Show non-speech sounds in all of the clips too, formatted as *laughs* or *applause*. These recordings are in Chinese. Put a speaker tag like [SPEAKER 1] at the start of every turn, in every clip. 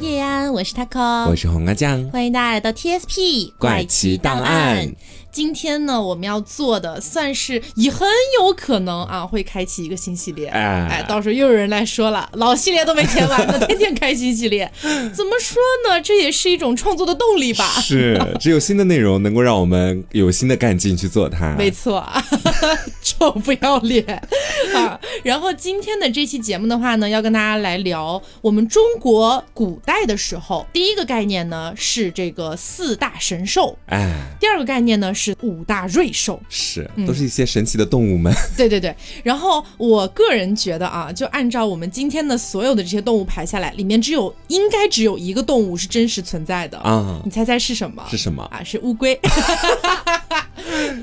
[SPEAKER 1] 叶安，我是 Taco，
[SPEAKER 2] 我是红阿酱，
[SPEAKER 1] 欢迎大家来到 TSP
[SPEAKER 2] 怪奇档案。
[SPEAKER 1] 今天呢，我们要做的算是也很有可能啊，会开启一个新系列。
[SPEAKER 2] 哎
[SPEAKER 1] 哎，到时候又有人来说了，老系列都没填完呢，天天开新系
[SPEAKER 2] *laughs*
[SPEAKER 1] 列，怎么说呢？这也是一种创作的动力吧。
[SPEAKER 2] 是，啊只有新的内容能够让我们有新的干劲去做
[SPEAKER 1] *laughs*
[SPEAKER 2] 它。
[SPEAKER 1] 没错，臭不要脸啊！然后今天的这期节目的话呢，要跟大家来聊我们中国古代的时候，第一个概念呢是这个四大神兽，
[SPEAKER 2] 哎，
[SPEAKER 1] 第二个概念呢是五大瑞兽。 *laughs*
[SPEAKER 2] 是，
[SPEAKER 1] 嗯
[SPEAKER 2] 都是一些神奇的动物们。
[SPEAKER 1] 对对对。然后我个人觉得啊，就按照我们今天的所有的这些动物排下来，里面只有应该只有一个动物是真实存在的
[SPEAKER 2] 啊
[SPEAKER 1] 你猜猜是什么？
[SPEAKER 2] 是什么？
[SPEAKER 1] 啊，是乌龟。 *laughs*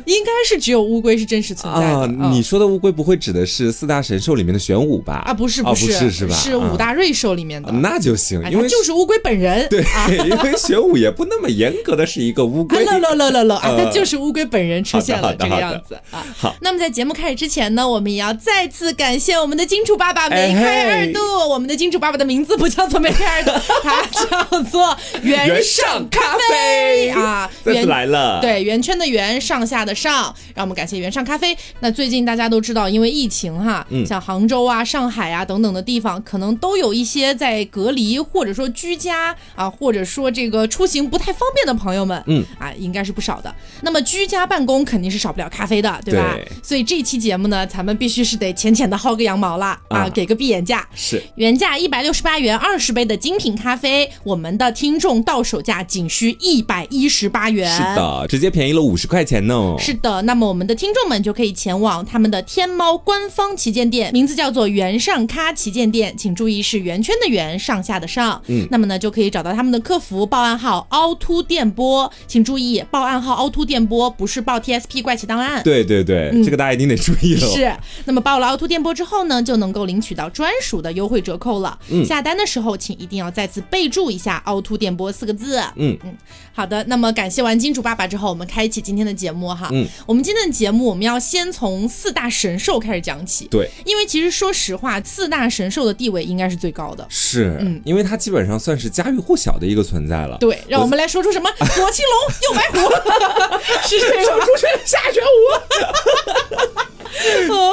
[SPEAKER 1] 应该是只有乌龟是真实存在的。
[SPEAKER 2] 啊，
[SPEAKER 1] 嗯
[SPEAKER 2] 你说的乌龟不会指的是四大神兽里面的玄武吧？
[SPEAKER 1] 啊，不是
[SPEAKER 2] 哦
[SPEAKER 1] 是、
[SPEAKER 2] 不是是吧？
[SPEAKER 1] 是五
[SPEAKER 2] 啊、
[SPEAKER 1] 大瑞兽里面的，
[SPEAKER 2] 那就行，
[SPEAKER 1] 哎，
[SPEAKER 2] 因
[SPEAKER 1] 它
[SPEAKER 2] 为
[SPEAKER 1] 就是乌龟本人。
[SPEAKER 2] 对， *laughs* 因为玄武也不那么严格的是一个乌
[SPEAKER 1] *laughs* 啊
[SPEAKER 2] 龟。
[SPEAKER 1] 乐乐乐乐乐啊，
[SPEAKER 2] 呃
[SPEAKER 1] 它就是乌龟本人出现
[SPEAKER 2] 好
[SPEAKER 1] 了
[SPEAKER 2] 的
[SPEAKER 1] 这
[SPEAKER 2] 好的
[SPEAKER 1] 个
[SPEAKER 2] 好的
[SPEAKER 1] 样子啊。
[SPEAKER 2] 好，
[SPEAKER 1] 那么在节目开始之前呢，我们也要再次感谢我们的金主爸爸梅开
[SPEAKER 2] 哎
[SPEAKER 1] 二
[SPEAKER 2] 嘿
[SPEAKER 1] 度。我们的金主爸爸的名字不叫做梅开二度，他叫做原上咖
[SPEAKER 2] *laughs*
[SPEAKER 1] 啡啊，
[SPEAKER 2] *laughs* 再
[SPEAKER 1] 原
[SPEAKER 2] 次来了。。
[SPEAKER 1] 对，圆圈的圆，上下的上，让我们感谢圆上咖啡。那最近大家都知道，因为疫情哈，
[SPEAKER 2] 嗯
[SPEAKER 1] 像杭州啊、上海啊等等的地方，可能都有一些在隔离或者说居家啊，或者说这个出行不太方便的朋友们，
[SPEAKER 2] 嗯
[SPEAKER 1] 啊，应该是不少的。那么居家办公肯定是少不了咖啡的，对吧？
[SPEAKER 2] 对
[SPEAKER 1] 所以这期节目呢，咱们必须是得浅浅的薅个羊毛啦，啊，
[SPEAKER 2] 啊
[SPEAKER 1] 给个闭眼价。
[SPEAKER 2] 是
[SPEAKER 1] 原价一百六十八元二十杯的精品咖啡，我们的听众到手价仅需一百一十八元。
[SPEAKER 2] 是的，直接便宜了五十块钱呢。
[SPEAKER 1] 是的，那么我们的听众们就可以前往他们的天猫官方旗舰店，名字叫做“圆上咖旗舰店”，请注意是圆圈的圆，上下的上。嗯，那么呢就可以找到他们的客服，报暗号凹凸电波，请注意报暗号凹凸电波，不是报 TSP 怪奇档案。
[SPEAKER 2] 对对对，这个大家一定得注意
[SPEAKER 1] 嗯
[SPEAKER 2] 了。
[SPEAKER 1] 是，那么报了凹凸电波之后呢，就能够领取到专属的优惠折扣了。下单的时候请一定要再次备注一下“凹凸电波”四个字。
[SPEAKER 2] 嗯
[SPEAKER 1] 嗯，好的。那么感谢完金主爸爸之后，我们开启今天的节目哈。
[SPEAKER 2] 嗯，
[SPEAKER 1] 我们今天的节目我们要先从四大神兽开始讲起，
[SPEAKER 2] 对，
[SPEAKER 1] 因为其实说实话，四大神兽的地位应该是最高的。
[SPEAKER 2] 是，因为它基本上算是家喻户晓的一个存在了。
[SPEAKER 1] 嗯对，让我们来说出什么左青龙，右白虎，是这个吗。
[SPEAKER 2] 出身下玄武。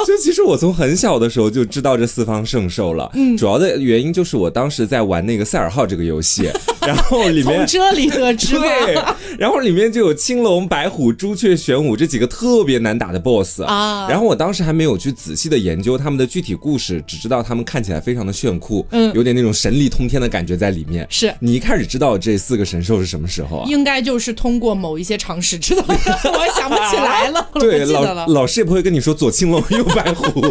[SPEAKER 2] 就其实我从很小的时候就知道这四方圣兽了，嗯，主要的原因就是我当时在玩那个赛尔号这个
[SPEAKER 1] *laughs*
[SPEAKER 2] 游戏，然后里
[SPEAKER 1] 从
[SPEAKER 2] 面。
[SPEAKER 1] 这里得知吗？
[SPEAKER 2] 对，然后里面就有青龙、白虎、朱雀、玄武这几个特别难打的 BOSS
[SPEAKER 1] 啊
[SPEAKER 2] 然后我当时还没有去仔细的研究他们的具体故事，只知道他们看起来非常的炫酷，嗯，有点那种神力通天的感觉在里面。
[SPEAKER 1] 是
[SPEAKER 2] 你一开始知道这四个神兽是什么时候啊？
[SPEAKER 1] 应该就是通过某一些常识知道的，我想不起来 *laughs* 了，我不
[SPEAKER 2] 对，
[SPEAKER 1] 记得
[SPEAKER 2] 老
[SPEAKER 1] 了。
[SPEAKER 2] 老师也不会跟你说左青龙右白虎， *laughs*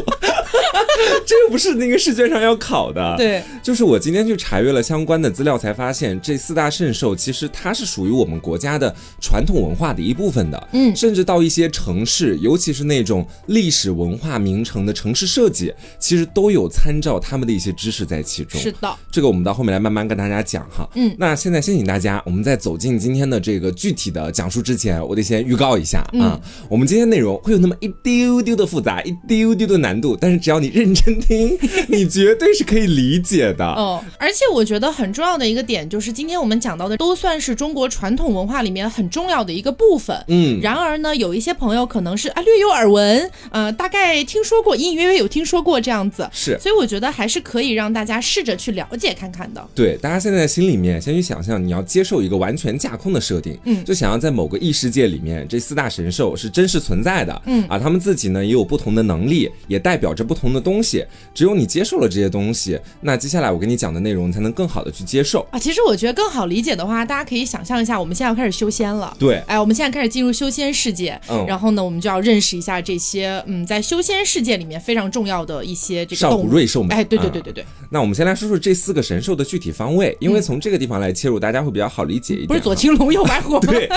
[SPEAKER 2] 这又不是那个试卷上要考的。
[SPEAKER 1] 对，
[SPEAKER 2] 就是我今天去查阅了相关的资料，才发现这四大圣兽其实它是属于我们国家的传统文化的一部分的。
[SPEAKER 1] 嗯
[SPEAKER 2] 甚至到一些城市，尤其是那种历史文化名城的城市设计，其实都有参照他们的一些知识在其中。
[SPEAKER 1] 是的，
[SPEAKER 2] 这个我们到后面来慢慢跟大家讲哈。
[SPEAKER 1] 嗯
[SPEAKER 2] 那现在先请大家，我们在走进今天的这个具体的讲述之前，我得先预告一下
[SPEAKER 1] 嗯
[SPEAKER 2] 啊，我们今天内容会有那么一丢丢的复杂，一丢丢的难度，但是只要你认真
[SPEAKER 1] *laughs*
[SPEAKER 2] 听，你绝对是可以理解的。
[SPEAKER 1] 哦，而且我觉得很重要的一个点就是，今天我们讲到的都算是中国传统文化里面很重要的一个部分。
[SPEAKER 2] 嗯，
[SPEAKER 1] 然而呢，有一些朋友可能是啊略有耳闻，呃，大概听说过，隐隐约约有听说过这样子，
[SPEAKER 2] 是。
[SPEAKER 1] 所以我觉得还是可以让大家试着去了解看看的。
[SPEAKER 2] 对，大家现在心里面先去想象，你要接受一个完全架空的设定，
[SPEAKER 1] 嗯
[SPEAKER 2] 就想要在某个异世界里面，这四大神兽是真实存在的，
[SPEAKER 1] 嗯
[SPEAKER 2] 啊，他们自己呢也有不同的能力，也代表着不同的东西。只有你接受了这些东西，那接下来我跟你讲的内容，你才能更好的去接受。
[SPEAKER 1] 啊，其实我觉得更好理解的话，大家可以想象一下，我们现在要开始修仙了。
[SPEAKER 2] 对
[SPEAKER 1] 哎，我们现在开始进入修仙世界，
[SPEAKER 2] 嗯
[SPEAKER 1] 然后呢，我们就要认识一下这些，嗯，在修仙世界里面非常重要的一些这个
[SPEAKER 2] 上
[SPEAKER 1] 动
[SPEAKER 2] 古
[SPEAKER 1] 物。
[SPEAKER 2] 瑞兽们，
[SPEAKER 1] 哎，对对
[SPEAKER 2] 啊
[SPEAKER 1] 对对对，
[SPEAKER 2] 那我们先来说说这四个神兽的具体方位，因为从这个地方来切入，大家会比较好理解一点。啊
[SPEAKER 1] 不是左青龙右白虎吗？
[SPEAKER 2] *laughs* 对，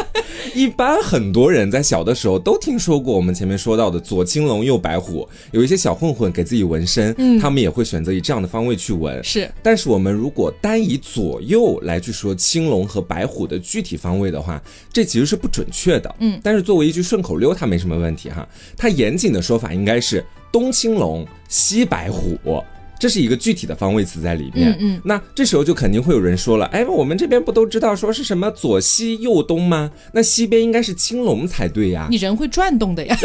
[SPEAKER 2] 一般很多人在小的时候都听说过我们前面说到的左青龙右白虎，有一些小混混给自己纹身，他们也会选择以这样的方位去纹。
[SPEAKER 1] 是
[SPEAKER 2] 但是我们如果单以左右来去说青龙和白虎的具体方位的话，这其实是不准确的。嗯，但是作为一句顺口溜，它没什么问题哈。它严谨的说法应该是东青龙，西白虎。这是一个具体的方位词在里面。
[SPEAKER 1] 嗯嗯
[SPEAKER 2] 那这时候就肯定会有人说了，哎，我们这边不都知道说是什么左西右东吗？那西边应该是青龙才对呀。
[SPEAKER 1] 你人会转动的呀，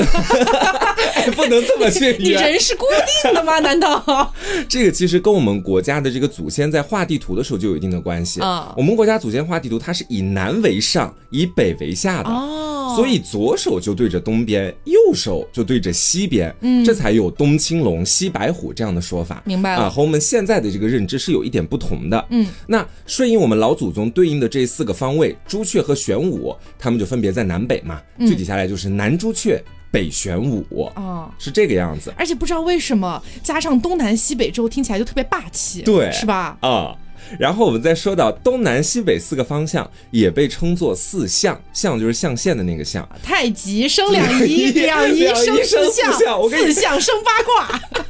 [SPEAKER 2] 哎， *laughs* 不能这么去
[SPEAKER 1] *laughs* 你人是固定
[SPEAKER 2] *laughs*
[SPEAKER 1] 的吗？难
[SPEAKER 2] 哦
[SPEAKER 1] 道？
[SPEAKER 2] 这个其实跟我们国家的这个祖先在画地图的时候就有一定的关系。
[SPEAKER 1] 啊
[SPEAKER 2] 我们国家祖先画地图，它是以南为上，以北为下的。
[SPEAKER 1] 哦，
[SPEAKER 2] 所以左手就对着东边，右手就对着西边，嗯，这才有东青龙西白虎这样的说法。
[SPEAKER 1] 明白了
[SPEAKER 2] 啊，和我们现在的这个认知是有一点不同的。嗯，那顺应我们老祖宗对应的这四个方位，朱雀和玄武，他们就分别在南北嘛。具体下来就是南朱雀，北玄武，
[SPEAKER 1] 嗯哦
[SPEAKER 2] 是这个样子。
[SPEAKER 1] 而且不知道为什么，加上东南西北之后，听起来就特别霸气，
[SPEAKER 2] 对
[SPEAKER 1] 是吧？
[SPEAKER 2] 啊。然后我们再说到东南西北四个方向，也被称作四象，象就是象限的那个象。
[SPEAKER 1] 太极生两仪，
[SPEAKER 2] 两仪
[SPEAKER 1] 仪
[SPEAKER 2] *laughs* 两仪生
[SPEAKER 1] 四
[SPEAKER 2] 四象我跟你
[SPEAKER 1] 四象生八卦。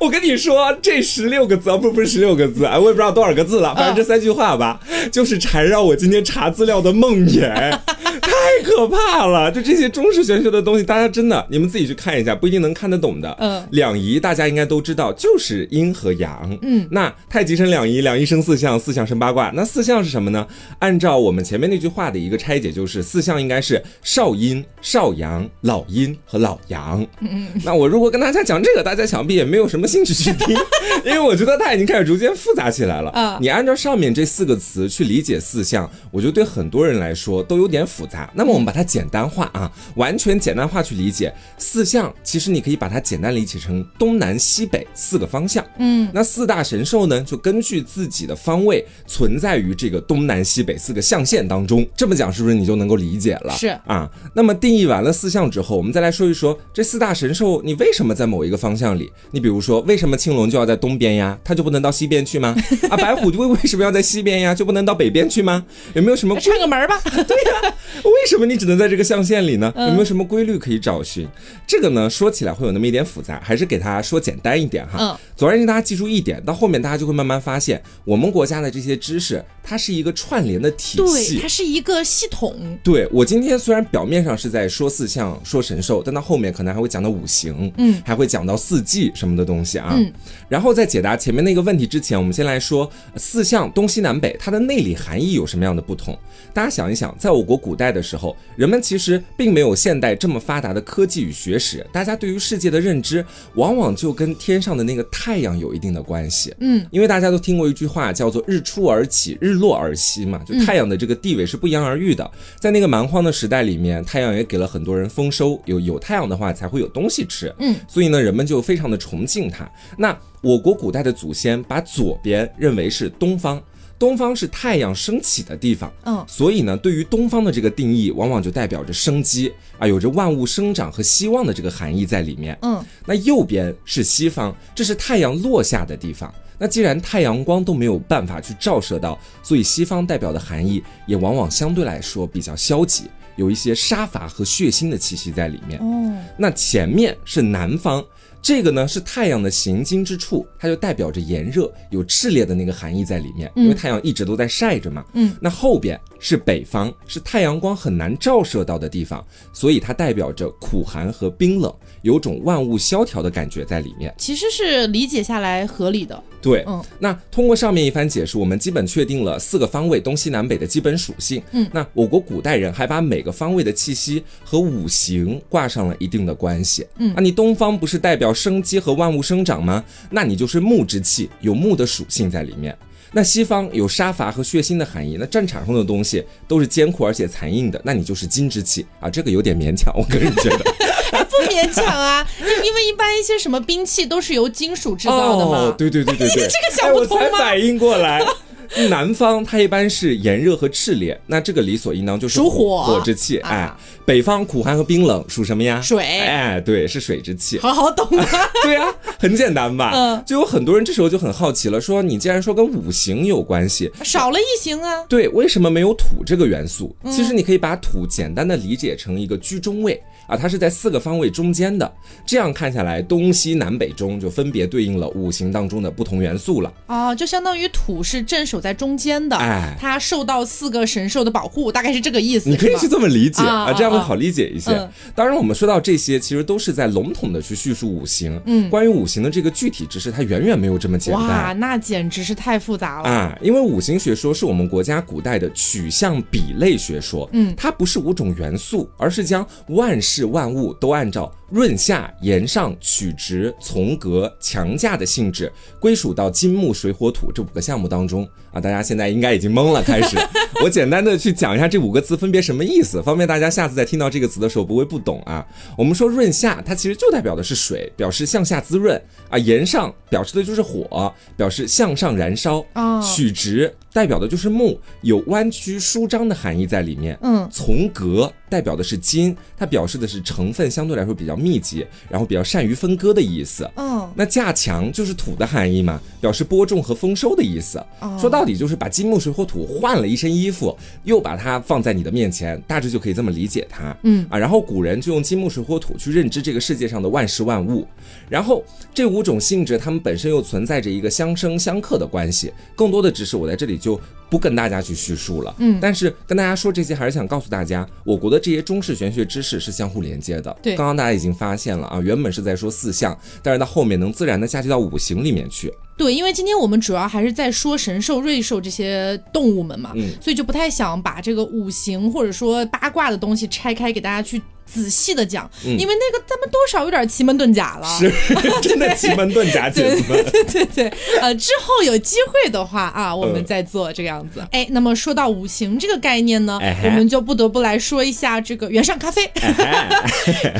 [SPEAKER 2] 我跟你说，这十六个字啊，不不是十六个字，哎，我也不知道多少个字了，反正这三句话吧，就是缠绕我今天查资料的梦魇， *laughs* 太可怕了！就这些中式玄学的东西，大家真的，你们自己去看一下，不一定能看得懂的。
[SPEAKER 1] 嗯
[SPEAKER 2] 两仪大家应该都知道，就是阴和阳。嗯，那太极生两仪，两仪生四象，四象生八卦。那四象是什么呢？按照我们前面那句话的一个拆解，就是四象应该是少阴、少阳、老阴和老阳。嗯， *laughs* 那我如果跟大家讲这个，大家想必也没有什么兴趣去听，因为我觉得它已经开始逐渐复杂起来了。
[SPEAKER 1] 嗯
[SPEAKER 2] 你按照上面这四个词去理解四象，我觉得对很多人来说都有点复杂。那么我们把它简单化啊，完全简单化去理解四象。其实你可以把它简单理解成东南西北四个方向。嗯，那四大神兽呢，就根据自己的方位存在于这个东南西北四个象限当中。这么讲是不是你就能够理解了？
[SPEAKER 1] 是
[SPEAKER 2] 啊。那么定义完了四象之后，我们再来说一说这四大神兽，你为什么在某一个方向里？你比如说，为什么青龙就要在东边呀？它就不能到西边
[SPEAKER 1] *laughs*
[SPEAKER 2] 去吗？啊，白虎就为为什么要在西边呀？就不能到北边去吗？有没
[SPEAKER 1] *laughs*
[SPEAKER 2] 有什么
[SPEAKER 1] 串个门儿吧，
[SPEAKER 2] 为什么你只能在这个象限里呢？
[SPEAKER 1] 嗯
[SPEAKER 2] 有没有什么规律可以找寻？这个呢，说起来会有那么一点复杂，还是给大家说简单一点哈。 *laughs*
[SPEAKER 1] 嗯
[SPEAKER 2] 总而言之，大家记住一点，到后面大家就会慢慢发现，我们国家的这些知识，它是一个串联的体
[SPEAKER 1] 对，
[SPEAKER 2] 系
[SPEAKER 1] 它。是一个系统。
[SPEAKER 2] 对我今天虽然表面上是在说四象、说神兽，但到后面可能还会讲到五行，嗯，还会讲到四季什么的东西啊。
[SPEAKER 1] 嗯，
[SPEAKER 2] 然后在解答前面那个问题之前，我们先来说四象东西南北它的内里含义有什么样的不同。大家想一想，在我国古代的时候，人们其实并没有现代这么发达的科技与学识，大家对于世界的认知往往就跟天上的那个太阳有一定的关系。
[SPEAKER 1] 嗯，
[SPEAKER 2] 因为大家都听过一句话叫做“日出而起，日落而息”嘛，就太阳的这个地位是不言而喻的。在那个蛮荒的时代里面，太阳也给了很多人丰收，有有太阳的话才会有东西吃。
[SPEAKER 1] 嗯，
[SPEAKER 2] 所以呢，人们就非常的崇敬它。那我国古代的祖先把左边认为是东方。东方是太阳升起的地方，
[SPEAKER 1] 嗯
[SPEAKER 2] 所以呢，对于东方的这个定义，往往就代表着生机啊，有着万物生长和希望的这个含义在里面。
[SPEAKER 1] 嗯，
[SPEAKER 2] 那右边是西方，这是太阳落下的地方。那既然太阳光都没有办法去照射到，所以西方代表的含义也往往相对来说比较消极，有一些杀伐和血腥的气息在里面。
[SPEAKER 1] 哦，
[SPEAKER 2] 那前面是南方，这个呢是太阳的行经之处，它就代表着炎热，有炽烈的那个含义在里面，因为太阳一直都在晒着嘛。
[SPEAKER 1] 嗯，
[SPEAKER 2] 那后边是北方，是太阳光很难照射到的地方，所以它代表着苦寒和冰冷，有种万物萧条的感觉在里面。
[SPEAKER 1] 其实是理解下来合理的。
[SPEAKER 2] 对，
[SPEAKER 1] 嗯
[SPEAKER 2] 那通过上面一番解释，我们基本确定了四个方位东西南北的基本属性。
[SPEAKER 1] 嗯，
[SPEAKER 2] 那我国古代人还把每个方位的气息和五行挂上了一定的关系。嗯，啊，你东方不是代表生机和万物生长吗？那你就是木之气，有木的属性在里面。那西方有杀伐和血腥的含义，那战场上的东西都是艰苦而且残硬的，那你就是金之气啊，这个有点勉强，我个人觉得。
[SPEAKER 1] 不勉强
[SPEAKER 2] *laughs*
[SPEAKER 1] 啊，因为一般一些什么兵器都是由金属制造的嘛。
[SPEAKER 2] 哦、对对对对对，
[SPEAKER 1] *laughs* 这个想不通
[SPEAKER 2] 哎、
[SPEAKER 1] 吗
[SPEAKER 2] 我才反应过来。 *laughs* 南方它一般是炎热和炽烈，那这个理所应当就是
[SPEAKER 1] 属
[SPEAKER 2] 火
[SPEAKER 1] 火
[SPEAKER 2] 之气。哎，
[SPEAKER 1] 啊
[SPEAKER 2] 北方苦寒和冰冷属什么呀？
[SPEAKER 1] 水
[SPEAKER 2] 哎，对，是水之气。 *laughs*
[SPEAKER 1] 好好懂啊，
[SPEAKER 2] 对啊，很简单吧？
[SPEAKER 1] 嗯
[SPEAKER 2] 就有很多人这时候就很好奇了，说你既然说跟五行有关系，
[SPEAKER 1] 少了一行啊。
[SPEAKER 2] 对，为什么没有土这个元素？
[SPEAKER 1] 嗯
[SPEAKER 2] 其实你可以把土简单的理解成一个居中位啊，它是在四个方位中间的。这样看下来，东西南北中就分别对应了五行当中的不同元素了。
[SPEAKER 1] 啊哦，就相当于土是镇守在中间的，
[SPEAKER 2] 哎
[SPEAKER 1] 它受到四个神兽的保护，大概是这个意思。
[SPEAKER 2] 你可以去
[SPEAKER 1] 是吧
[SPEAKER 2] 这么理解
[SPEAKER 1] 啊
[SPEAKER 2] 啊，
[SPEAKER 1] 啊
[SPEAKER 2] 这样会好理解一些
[SPEAKER 1] 嗯。
[SPEAKER 2] 当然，我们说到这些，其实都是在笼统的去叙述五行。嗯，关于五行的这个具体知识，它远远没有这么简
[SPEAKER 1] 哇，
[SPEAKER 2] 单。
[SPEAKER 1] 那简直是太复杂了。
[SPEAKER 2] 啊，因为五行学说是我们国家古代的取向比类学说，嗯，它不是五种元素，而是将万事万物都按照润下、炎上、曲直、从格、强架的性质归属到金木水火土这五个项目当中啊。大家现在应该已经懵了，开始，我简单的去讲一下这五个字分别什么意思，方便大家下次在听到这个词的时候不会不懂啊。我们说润下，它其实就代表的是水，表示向下滋润啊；炎上表示的就是火，表示向上燃烧；
[SPEAKER 1] 哦
[SPEAKER 2] 曲直代表的就是木，有弯曲舒张的含义在里面。
[SPEAKER 1] 嗯
[SPEAKER 2] 从格代表的是金，它表示的是成分相对来说比较密集，然后比较善于分割的意思。
[SPEAKER 1] 嗯，
[SPEAKER 2] 那架强就是土的含义嘛，表示播种和丰收的意思。
[SPEAKER 1] 嗯
[SPEAKER 2] 说到底就是把金木水火土换了一身衣服，又把它放在你的面前，大致就可以这么理解它。
[SPEAKER 1] 嗯
[SPEAKER 2] 啊，然后古人就用金木水火土去认知这个世界上的万事万物，然后这五种性质它们本身又存在着一个相生相克的关系。更多的知识我在这里就不跟大家去叙述了。嗯，但是跟大家说这些，还是想告诉大家，我国的这些中式玄学知识是相互连接的。
[SPEAKER 1] 对
[SPEAKER 2] 刚刚大家已经发现了啊，原本是在说四象，但是到后面能自然的嫁接到五行里面去。
[SPEAKER 1] 对，因为今天我们主要还是在说神兽、瑞兽这些动物们嘛，
[SPEAKER 2] 嗯
[SPEAKER 1] 所以就不太想把这个五行或者说八卦的东西拆开给大家去仔细的讲，因为那个咱们多少有点奇门遁甲了。
[SPEAKER 2] 嗯是， *laughs* 真的奇门遁甲，姐妹们。
[SPEAKER 1] 啊 *laughs* 对对对，呃，之后有机会的话啊，我
[SPEAKER 2] 嗯
[SPEAKER 1] 们再做这个样子。哎，那么说到五行这个概念呢
[SPEAKER 2] 哎，哈
[SPEAKER 1] 我们就不得不来说一下这个原上咖啡。
[SPEAKER 2] 哎
[SPEAKER 1] *laughs*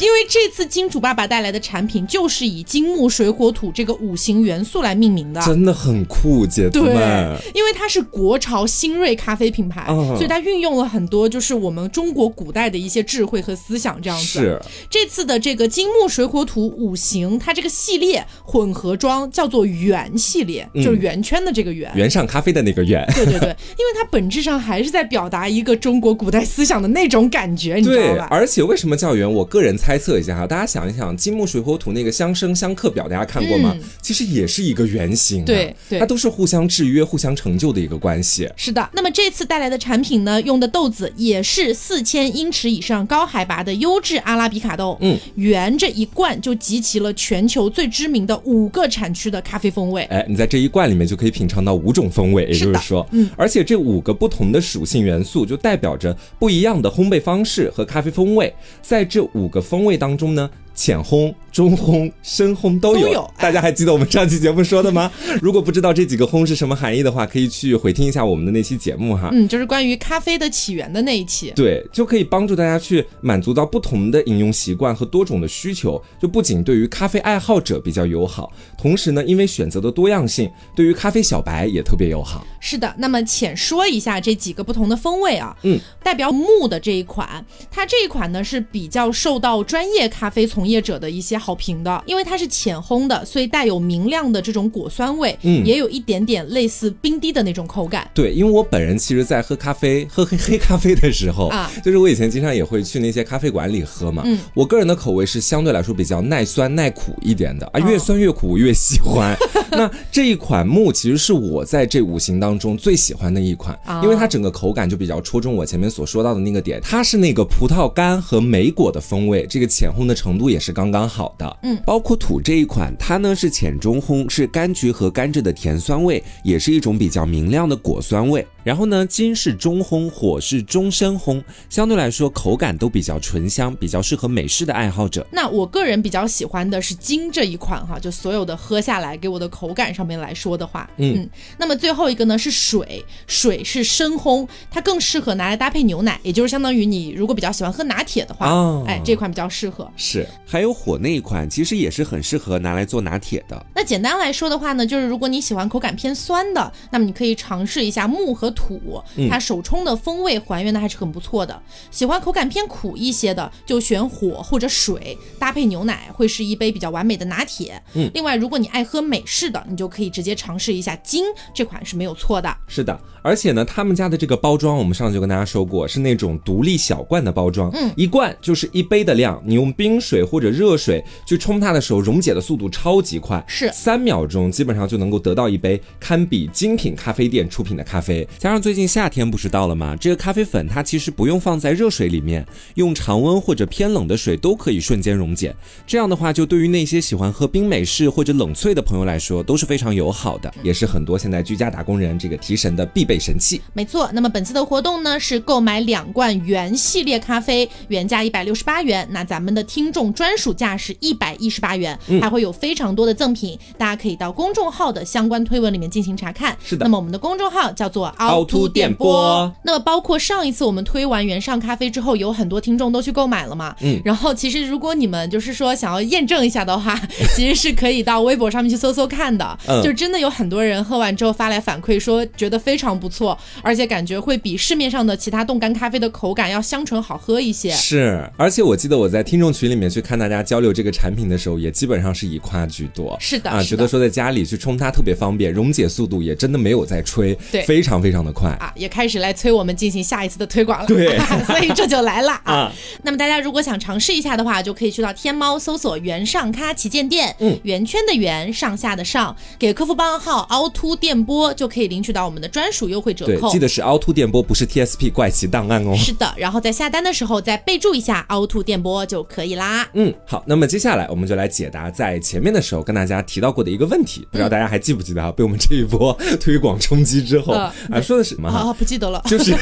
[SPEAKER 1] 因为这次金主爸爸带来的产品就是以金木水火土这个五行元素来命名的。
[SPEAKER 2] 真的很酷，姐妹
[SPEAKER 1] 对
[SPEAKER 2] 们。，
[SPEAKER 1] 因为它是国潮新锐咖啡品牌，
[SPEAKER 2] 嗯
[SPEAKER 1] 所以它运用了很多就是我们中国古代的一些智慧和思想这样子。
[SPEAKER 2] 是，
[SPEAKER 1] 这次的这个金木水火土五行，它这个系列混合装叫做圆系列，
[SPEAKER 2] 嗯
[SPEAKER 1] 就是圆圈的这个圆。
[SPEAKER 2] 原上咖啡的那个原。
[SPEAKER 1] 对对对，因为它本质上还是在表达一个中国古代思想的那种感觉，你知
[SPEAKER 2] 对
[SPEAKER 1] 道，吧？
[SPEAKER 2] 而且为什么叫圆？我个人猜测一下哈，大家想一想，金木水火土那个相生相克表，大家看过吗？其实也是一个圆形、啊，
[SPEAKER 1] 嗯对对
[SPEAKER 2] 它都是互相制约、互相成就的一个关系。
[SPEAKER 1] 是的，那么这次带来的产品呢，用的豆子也是四千英尺以上高海拔的优质阿拉比卡豆。
[SPEAKER 2] 嗯，
[SPEAKER 1] 原这一罐就集齐了全球最知名的五个产区的咖啡风味。
[SPEAKER 2] 哎，你在这一罐里面就可以品尝到五种风味，也
[SPEAKER 1] 是
[SPEAKER 2] 就
[SPEAKER 1] 的
[SPEAKER 2] 是说，嗯，而且这五个不同的属性元素就代表着不一样的烘焙方式和咖啡风味。在这五个风味当中呢，浅烘、中烘、深烘都有。哎
[SPEAKER 1] 都有
[SPEAKER 2] 大家还记得我们上期节目说的吗？如果不知道这几个烘是什么含义的话，可以去回听一下我们的那期节目哈。
[SPEAKER 1] 嗯，就是关于咖啡的起源的那一期。
[SPEAKER 2] 对，就可以帮助大家去满足到不同的饮用习惯和多种的需求，就不仅对于咖啡爱好者比较友好，同时呢，因为选择的多样性，对于咖啡小白也特别友好。
[SPEAKER 1] 是的，那么浅说一下这几个不同的风味啊。
[SPEAKER 2] 嗯，
[SPEAKER 1] 代表木的这一款，它这一款呢是比较受到专业咖啡从业者的一些好评的，因为它是浅烘的，所以带有明亮的这种果酸味，
[SPEAKER 2] 嗯
[SPEAKER 1] 也有一点点类似冰滴的那种口感。
[SPEAKER 2] 对，因为我本人其实，在喝咖啡、喝黑黑咖啡的时候，
[SPEAKER 1] 啊
[SPEAKER 2] 嗯就是我以前经常也会去那些咖啡馆里喝嘛。
[SPEAKER 1] 嗯
[SPEAKER 2] 我个人的口味是相对来说比较耐酸、耐苦一点的啊，
[SPEAKER 1] 哦
[SPEAKER 2] 越酸越苦我越喜欢。 *laughs* 那这一款木其实是我在这五行当中最喜欢的一款，
[SPEAKER 1] 啊
[SPEAKER 2] 因为它整个口感就比较戳中我前面所说到的那个点，它是那个葡萄干和莓果的风味，这个浅烘的程度也是刚刚好的。
[SPEAKER 3] 包括土这一款，它呢是浅中烘，是柑橘和甘蔗的甜酸味，也是一种比较明亮的果酸味。然后呢，金是中烘，火是中深烘，相对来说口感都比较醇香，比较适合美式的爱好者。
[SPEAKER 1] 那我个人比较喜欢的是金这一款哈，就所有的喝下来给我的口感上面来说的话，
[SPEAKER 2] 嗯
[SPEAKER 1] 那么最后一个呢是水，水是深烘，它更适合拿来搭配牛奶，也就是相当于你如果比较喜欢喝拿铁的话，
[SPEAKER 2] 哦
[SPEAKER 1] 哎，这款比较适合。
[SPEAKER 2] 是，
[SPEAKER 3] 还有火那一款，其实也是很适合拿来做拿铁的。
[SPEAKER 1] 那简单来说的话呢，就是如果你喜欢口感偏酸的，那么你可以尝试一下木和土，它手冲的风味还原的还是很不错的。喜欢口感偏苦一些的，就选火或者水搭配牛奶，会是一杯比较完美的拿铁。嗯，另外如果你爱喝美式的，你就可以直接尝试一下金这款是没有错的。
[SPEAKER 2] 是的，而且呢，他们家的这个包装，我们上次就跟大家说过，是那种独立小罐的包装，嗯，一罐就是一杯的量，你用冰水或或者热水去冲它的时候，溶解的速度超级快，
[SPEAKER 1] 是
[SPEAKER 2] 三秒钟基本上就能够得到一杯堪比精品咖啡店出品的咖啡。
[SPEAKER 3] 加上最近夏天不是到了吗？这个咖啡粉它其实不用放在热水里面，用常温或者偏冷的水都可以瞬间溶解。这样的话，就对于那些喜欢喝冰美式或者冷萃的朋友来说都是非常友好的。
[SPEAKER 2] 也是很多现在居家打工人这个提神的必备神器。
[SPEAKER 1] 没错，那么本次的活动呢是购买两罐原系列咖啡，原价一百六十八元，那咱们的听众专属价是一百一十八元，
[SPEAKER 2] 嗯
[SPEAKER 1] 还会有非常多的赠品，大家可以到公众号的相关推文里面进行查看。
[SPEAKER 2] 是的
[SPEAKER 1] 那么我们的公众号叫做
[SPEAKER 2] 凹凸电波
[SPEAKER 1] 那么包括上一次我们推完原上咖啡之后，有很多听众都去购买了嘛，嗯，然后其实如果你们就是说想要验证一下的
[SPEAKER 2] *laughs*
[SPEAKER 1] 话，其实是可以到微博上面去搜搜看的，
[SPEAKER 2] 嗯
[SPEAKER 1] 就真的有很多人喝完之后发来反馈说觉得非常不错，而且感觉会比市面上的其他冻干咖啡的口感要香醇好喝一些。
[SPEAKER 2] 是，而且我记得我在听众群里面去看大家交流这个产品的时候，也基本上是以夸居多。
[SPEAKER 1] 是的
[SPEAKER 2] 啊，
[SPEAKER 1] 是
[SPEAKER 2] 觉
[SPEAKER 1] 的
[SPEAKER 2] 得说在家里去冲它特别方便，溶解速度也真的没有在吹，
[SPEAKER 1] 对
[SPEAKER 2] 非常非常的快。
[SPEAKER 1] 啊，也开始来催我们进行下一次的推广了，
[SPEAKER 2] 对
[SPEAKER 1] *laughs* 所以这就来了啊。
[SPEAKER 2] 啊
[SPEAKER 1] 那么大家如果想尝试一下的话，就可以去到天猫搜索“原上咖旗舰店”，
[SPEAKER 2] 嗯，
[SPEAKER 1] 圆圈的圆，上下的上，给客服报暗号“凹凸电波”就可以领取到我们的专属优惠折
[SPEAKER 2] 对，
[SPEAKER 1] 扣
[SPEAKER 2] 记。得是凹凸电波，不是 TSP 怪奇档案
[SPEAKER 1] *laughs*
[SPEAKER 2] 哦。
[SPEAKER 1] 是的，然后在下单的时候再备注一下“凹凸电波”就可以啦。
[SPEAKER 2] 嗯，好，那么接下来我们就来解答在前面的时候跟大家提到过的一个问题，不知道大家还记不记得啊？被我们这一波推广冲击之后
[SPEAKER 1] 呃
[SPEAKER 2] 啊，说的是什么哈？
[SPEAKER 1] 啊，不记得了。 *laughs*
[SPEAKER 2] 就是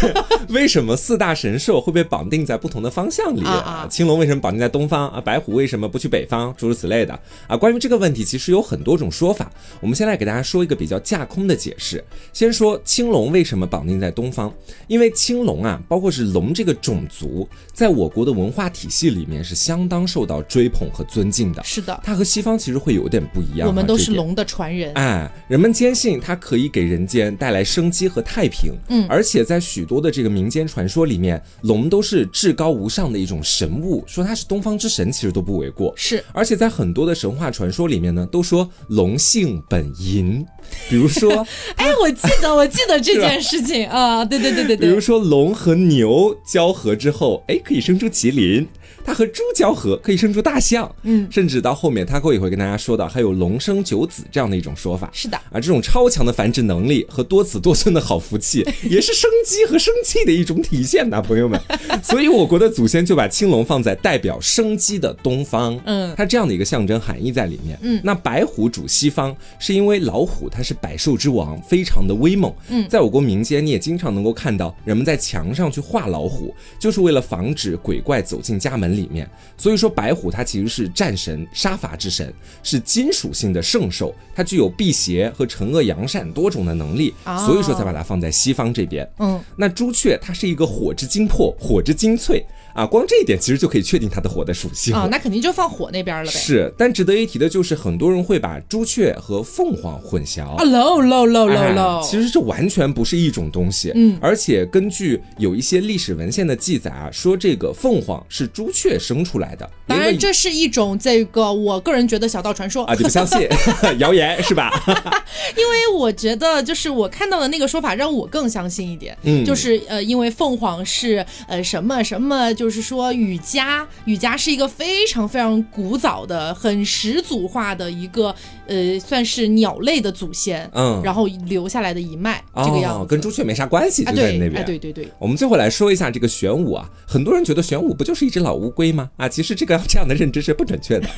[SPEAKER 2] 为什么四大神兽会被绑定在不同的方向里？
[SPEAKER 1] 啊啊
[SPEAKER 2] 青龙为什么绑定在东方啊？白虎为什么不去北方？诸如此类的啊。关于这个问题，其实有很多种说法。我们先来给大家说一个比较架空的解释。先说青龙为什么绑定在东方，因为青龙啊，包括是龙这个种族，在我国的文化体系里面是相当受到追捧和尊敬的。
[SPEAKER 1] 是的，
[SPEAKER 2] 它和西方其实会有点不一样啊、
[SPEAKER 1] 我们都
[SPEAKER 2] 这一
[SPEAKER 1] 是
[SPEAKER 2] 点
[SPEAKER 1] 龙的传人。
[SPEAKER 2] 哎，人们坚信它可以给人间带来生机和太平。
[SPEAKER 1] 嗯
[SPEAKER 2] 而且在许多的这个民间传说里面，龙都是至高无上的一种神物，说它是东方之神，其实都不为过。
[SPEAKER 1] 是
[SPEAKER 2] 而且在很多的神话传说里面呢，都说龙性本
[SPEAKER 1] *laughs*
[SPEAKER 2] 淫，比如说，
[SPEAKER 1] 哎，我记
[SPEAKER 2] *laughs*
[SPEAKER 1] 得，我记得这件事情啊，对对对对
[SPEAKER 2] 比如
[SPEAKER 1] 对，
[SPEAKER 2] 说龙和牛交合之后，哎，可以生出麒麟；它和猪交合可以生出大象。
[SPEAKER 1] 嗯，
[SPEAKER 2] 甚至到后面，他会也会跟大家说到，还有龙生九子这样的一种说法。
[SPEAKER 1] 是的，
[SPEAKER 2] 啊，这种超强的繁殖能力和多子多孙的好福气，也是生机和生气的一种体现呐、朋友们。所以我国的祖先就把青龙放在代表生机的东方，
[SPEAKER 1] 嗯
[SPEAKER 2] 它这样的一个象征含义在里面。嗯，那白虎主西方，是因为老虎它是百兽之王，非常的威猛。嗯，在我国民间，你也经常能够看到人们在墙上去画老虎，就是为了防止鬼怪走进家门里面。所以说，白虎它其实是战神、杀伐之神，是金属性的圣兽，它具有辟邪和惩恶扬善多种的能力，
[SPEAKER 1] 哦
[SPEAKER 2] 所以说才把它放在西方这边。
[SPEAKER 1] 嗯，
[SPEAKER 2] 那朱雀它是一个火之精魄，火之精粹啊，光这一点其实就可以确定它的火的属性了
[SPEAKER 1] 哦，那肯定就放火那边了呗。
[SPEAKER 2] 是，但值得一提的就是，很多人会把朱雀和凤凰混淆。
[SPEAKER 1] 啊，low low low
[SPEAKER 2] 哎
[SPEAKER 1] low low，
[SPEAKER 2] 其实这完全不是一种东西，
[SPEAKER 1] 嗯
[SPEAKER 2] 而且根据有一些历史文献的记载啊，说这个凤凰是朱雀生出来的，
[SPEAKER 1] 当
[SPEAKER 2] 因为
[SPEAKER 1] 然，这是一种这个我个人觉得小道传说
[SPEAKER 2] 啊，你不相
[SPEAKER 1] *laughs*
[SPEAKER 2] 信，谣言是吧？
[SPEAKER 1] 因为我觉得就是我看到的那个说法让我更相信一点，
[SPEAKER 2] 嗯
[SPEAKER 1] 就是呃，因为凤凰是呃什么什么，就是说雨家，雨家是一个非常非常古早的、很始祖化的一个呃，算是鸟类的祖先，
[SPEAKER 2] 嗯
[SPEAKER 1] 然后留下来的一脉、这个样
[SPEAKER 2] 哦
[SPEAKER 1] 子，
[SPEAKER 2] 跟朱雀没啥关系，
[SPEAKER 1] 啊
[SPEAKER 2] 就在
[SPEAKER 1] 对
[SPEAKER 2] 你那边。
[SPEAKER 1] 啊对对对，
[SPEAKER 2] 我们最后来说一下这个玄武啊，很多人觉得玄武不就是一只老乌龟吗？啊，其实这个这样的认知是不准确的。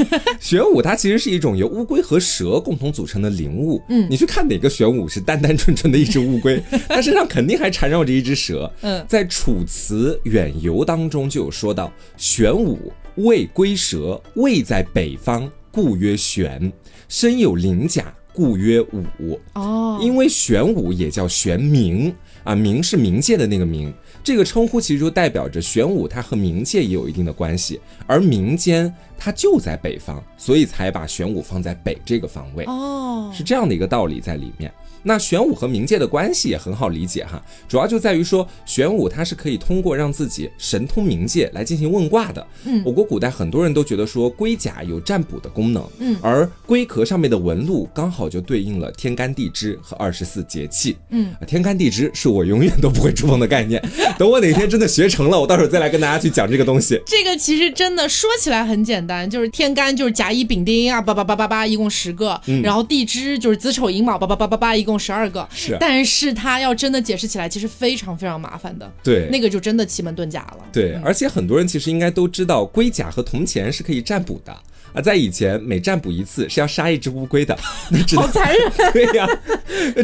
[SPEAKER 2] 玄武它其实是一种由乌龟和蛇共同组成的灵物。嗯，你去看哪个玄武是单单纯纯的一只乌龟，它身上肯定还缠绕着一只蛇。
[SPEAKER 1] 嗯
[SPEAKER 2] 在《楚辞·远游》当中就有说到，玄武谓龟蛇，位在北方，故曰玄；身有鳞甲，故曰武。
[SPEAKER 1] 哦，
[SPEAKER 2] 因为玄武也叫玄冥啊，冥是冥界的那个冥，这个称呼其实就代表着玄武它和冥界也有一定的关系，而民间它就在北方，所以才把玄武放在北这个方位，
[SPEAKER 1] 哦，
[SPEAKER 2] 是这样的一个道理在里面。那玄武和冥界的关系也很好理解哈，主要就在于说玄武它是可以通过让自己神通冥界来进行问卦的。
[SPEAKER 1] 嗯
[SPEAKER 2] 我国古代很多人都觉得说龟甲有占卜的功能，
[SPEAKER 1] 嗯
[SPEAKER 2] 而龟壳上面的纹路刚好就对应了天干地支和二十四节气。啊
[SPEAKER 1] 嗯，
[SPEAKER 2] 天干地支是我永远都不会触碰的概念，等我哪天真的学成了，我到时候再来跟大家去讲这个东西。
[SPEAKER 1] 这个其实真的说起来很简单，就是天干就是甲乙丙丁啊，叭叭叭叭叭，一共十个，
[SPEAKER 2] 嗯
[SPEAKER 1] 然后地支就是子丑寅卯，叭叭叭叭叭，一共十二个。
[SPEAKER 2] 是
[SPEAKER 1] 但是它要真的解释起来，其实非常非常麻烦的。
[SPEAKER 2] 对
[SPEAKER 1] 那个就真的奇门遁甲了。
[SPEAKER 2] 对，而且很多人其实应该都知道，龟甲和铜钱是可以占卜的。啊，在以前每占卜一次是要杀一只乌龟的， *laughs* 那直
[SPEAKER 1] 好
[SPEAKER 2] 到
[SPEAKER 1] 残忍！
[SPEAKER 2] *laughs* 对呀、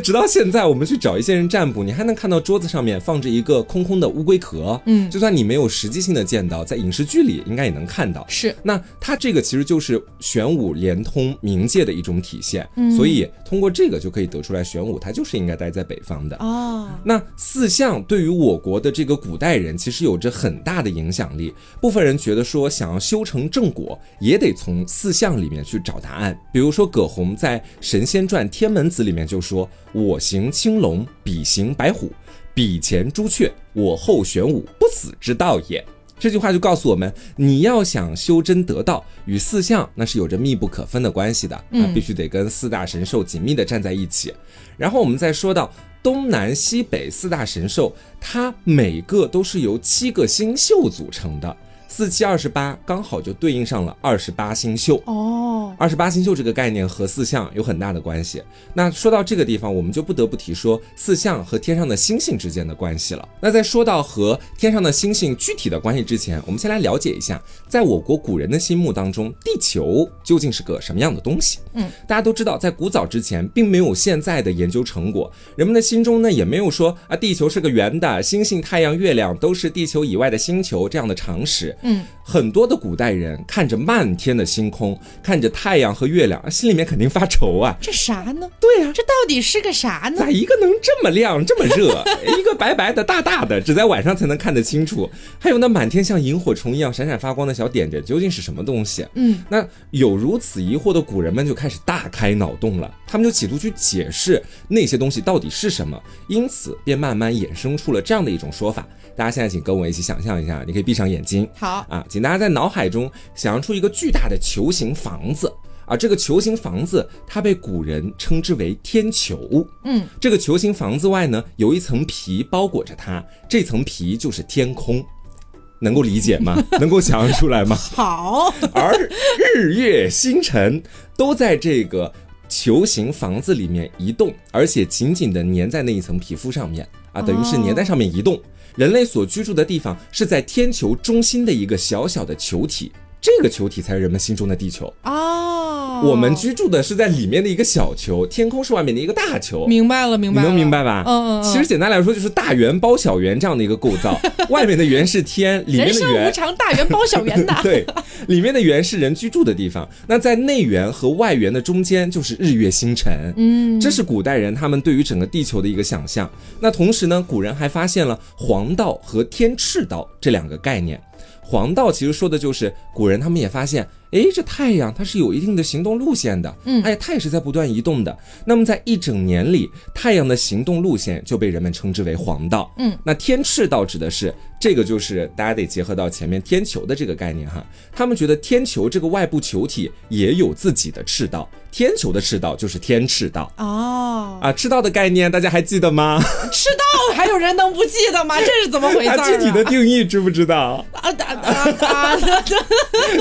[SPEAKER 2] 直到现在我们去找一些人占卜，你还能看到桌子上面放着一个空空的乌龟壳，嗯，就算你没有实际性的见到，在影视剧里应该也能看到。
[SPEAKER 1] 是
[SPEAKER 2] 那它这个其实就是玄武连通冥界的一种体现，
[SPEAKER 1] 嗯
[SPEAKER 2] 所以通过这个就可以得出来，玄武它就是应该待在北方的。
[SPEAKER 1] 哦，
[SPEAKER 2] 那四象对于我国的这个古代人其实有着很大的影响力。部分人觉得说，想要修成正果，也得从四象里面去找答案。比如说，葛洪在《神仙传·天门子》里面就说：“我行青龙，彼行白虎，彼前朱雀，我后玄武，不死之道也。”这句话就告诉我们，你要想修真得道，与四象那是有着密不可分的关系的，那必须得跟四大神兽紧密的站在一起。然后我们再说到东南西北四大神兽，它每个都是由七个星宿组成的，四七二十八刚好就对应上了二十八星宿。
[SPEAKER 1] 哦，
[SPEAKER 2] 二十八星宿这个概念和四象有很大的关系。那说到这个地方，我们就不得不提说四象和天上的星星之间的关系了。那在说到和天上的星星具体的关系之前，我们先来了解一下，在我国古人的心目当中，地球究竟是个什么样的东西？
[SPEAKER 1] 嗯，
[SPEAKER 2] 大家都知道，在古早之前，并没有现在的研究成果，人们的心中呢也没有说啊，地球是个圆的，星星、太阳、月亮都是地球以外的星球这样的常识。
[SPEAKER 1] 嗯，
[SPEAKER 2] 很多的古代人看着漫天的星空，看着太阳和月亮，心里面肯定发愁啊。
[SPEAKER 1] 这啥呢？
[SPEAKER 2] 对呀、
[SPEAKER 1] 这到底是个啥呢
[SPEAKER 2] 咋？一个能这么亮、这么热， *laughs* 一个白白的、大大的，只在晚上才能看得清楚？还有那满天像萤火虫一样闪闪发光的小点点，究竟是什么东西？啊
[SPEAKER 1] 嗯，
[SPEAKER 2] 那有如此疑惑的古人们就开始大开脑洞了，他们就企图去解释那些东西到底是什么，因此便慢慢衍生出了这样的一种说法。大家现在请跟我一起想象一下，你可以闭上眼睛，
[SPEAKER 1] 好，
[SPEAKER 2] 啊，请大家在脑海中想象出一个巨大的球形房子。啊，这个球形房子它被古人称之为天球。
[SPEAKER 1] 嗯，
[SPEAKER 2] 这个球形房子外呢，有一层皮包裹着它，这层皮就是天空，能够理解吗？能够想象出来吗？ *laughs*
[SPEAKER 1] 好，
[SPEAKER 2] 而日月星辰都在这个球形房子里面移动，而且紧紧地粘在那一层皮肤上面
[SPEAKER 1] 哦
[SPEAKER 2] 啊，等于是粘在上面移动。人类所居住的地方是在天球中心的一个小小的球体，这个球体才是人们心中的地球。
[SPEAKER 1] 哦，
[SPEAKER 2] 我们居住的是在里面的一个小球，天空是外面的一个大球。
[SPEAKER 1] 明白了，明
[SPEAKER 2] 你
[SPEAKER 1] 白了，
[SPEAKER 2] 能明白吧？
[SPEAKER 1] 嗯嗯嗯
[SPEAKER 2] 其实简单来说，就是大圆包小圆这样的一个构造，
[SPEAKER 1] *laughs*
[SPEAKER 2] 外面的圆是天，里
[SPEAKER 1] 人
[SPEAKER 2] 面的
[SPEAKER 1] 生无
[SPEAKER 2] 圆。
[SPEAKER 1] 常，大圆包小圆的
[SPEAKER 2] *laughs* 对，里面的圆是人居住的地方，那在内圆和外圆的中间就是日月星辰。
[SPEAKER 1] 嗯，
[SPEAKER 2] 这是古代人他们对于整个地球的一个想象。那同时呢，古人还发现了黄道和天赤道这两个概念。黄道其实说的就是古人他们也发现，诶，这太阳它是有一定的行动路线的，
[SPEAKER 1] 嗯
[SPEAKER 2] 哎，它也是在不断移动的。那么在一整年里，太阳的行动路线就被人们称之为黄道，
[SPEAKER 1] 嗯，
[SPEAKER 2] 那天赤道指的是这个，就是大家得结合到前面天球的这个概念哈，他们觉得天球这个外部球体也有自己的赤道，天球的赤道就是天赤道。
[SPEAKER 1] 哦，
[SPEAKER 2] 啊，赤道的概念大家还记得吗？
[SPEAKER 1] 赤道还有人能不记得吗？ *laughs* 这是怎么回事
[SPEAKER 2] 它
[SPEAKER 1] 儿啊？
[SPEAKER 2] 具体的定义知不知道？ *laughs*
[SPEAKER 1] 啊啊啊啊！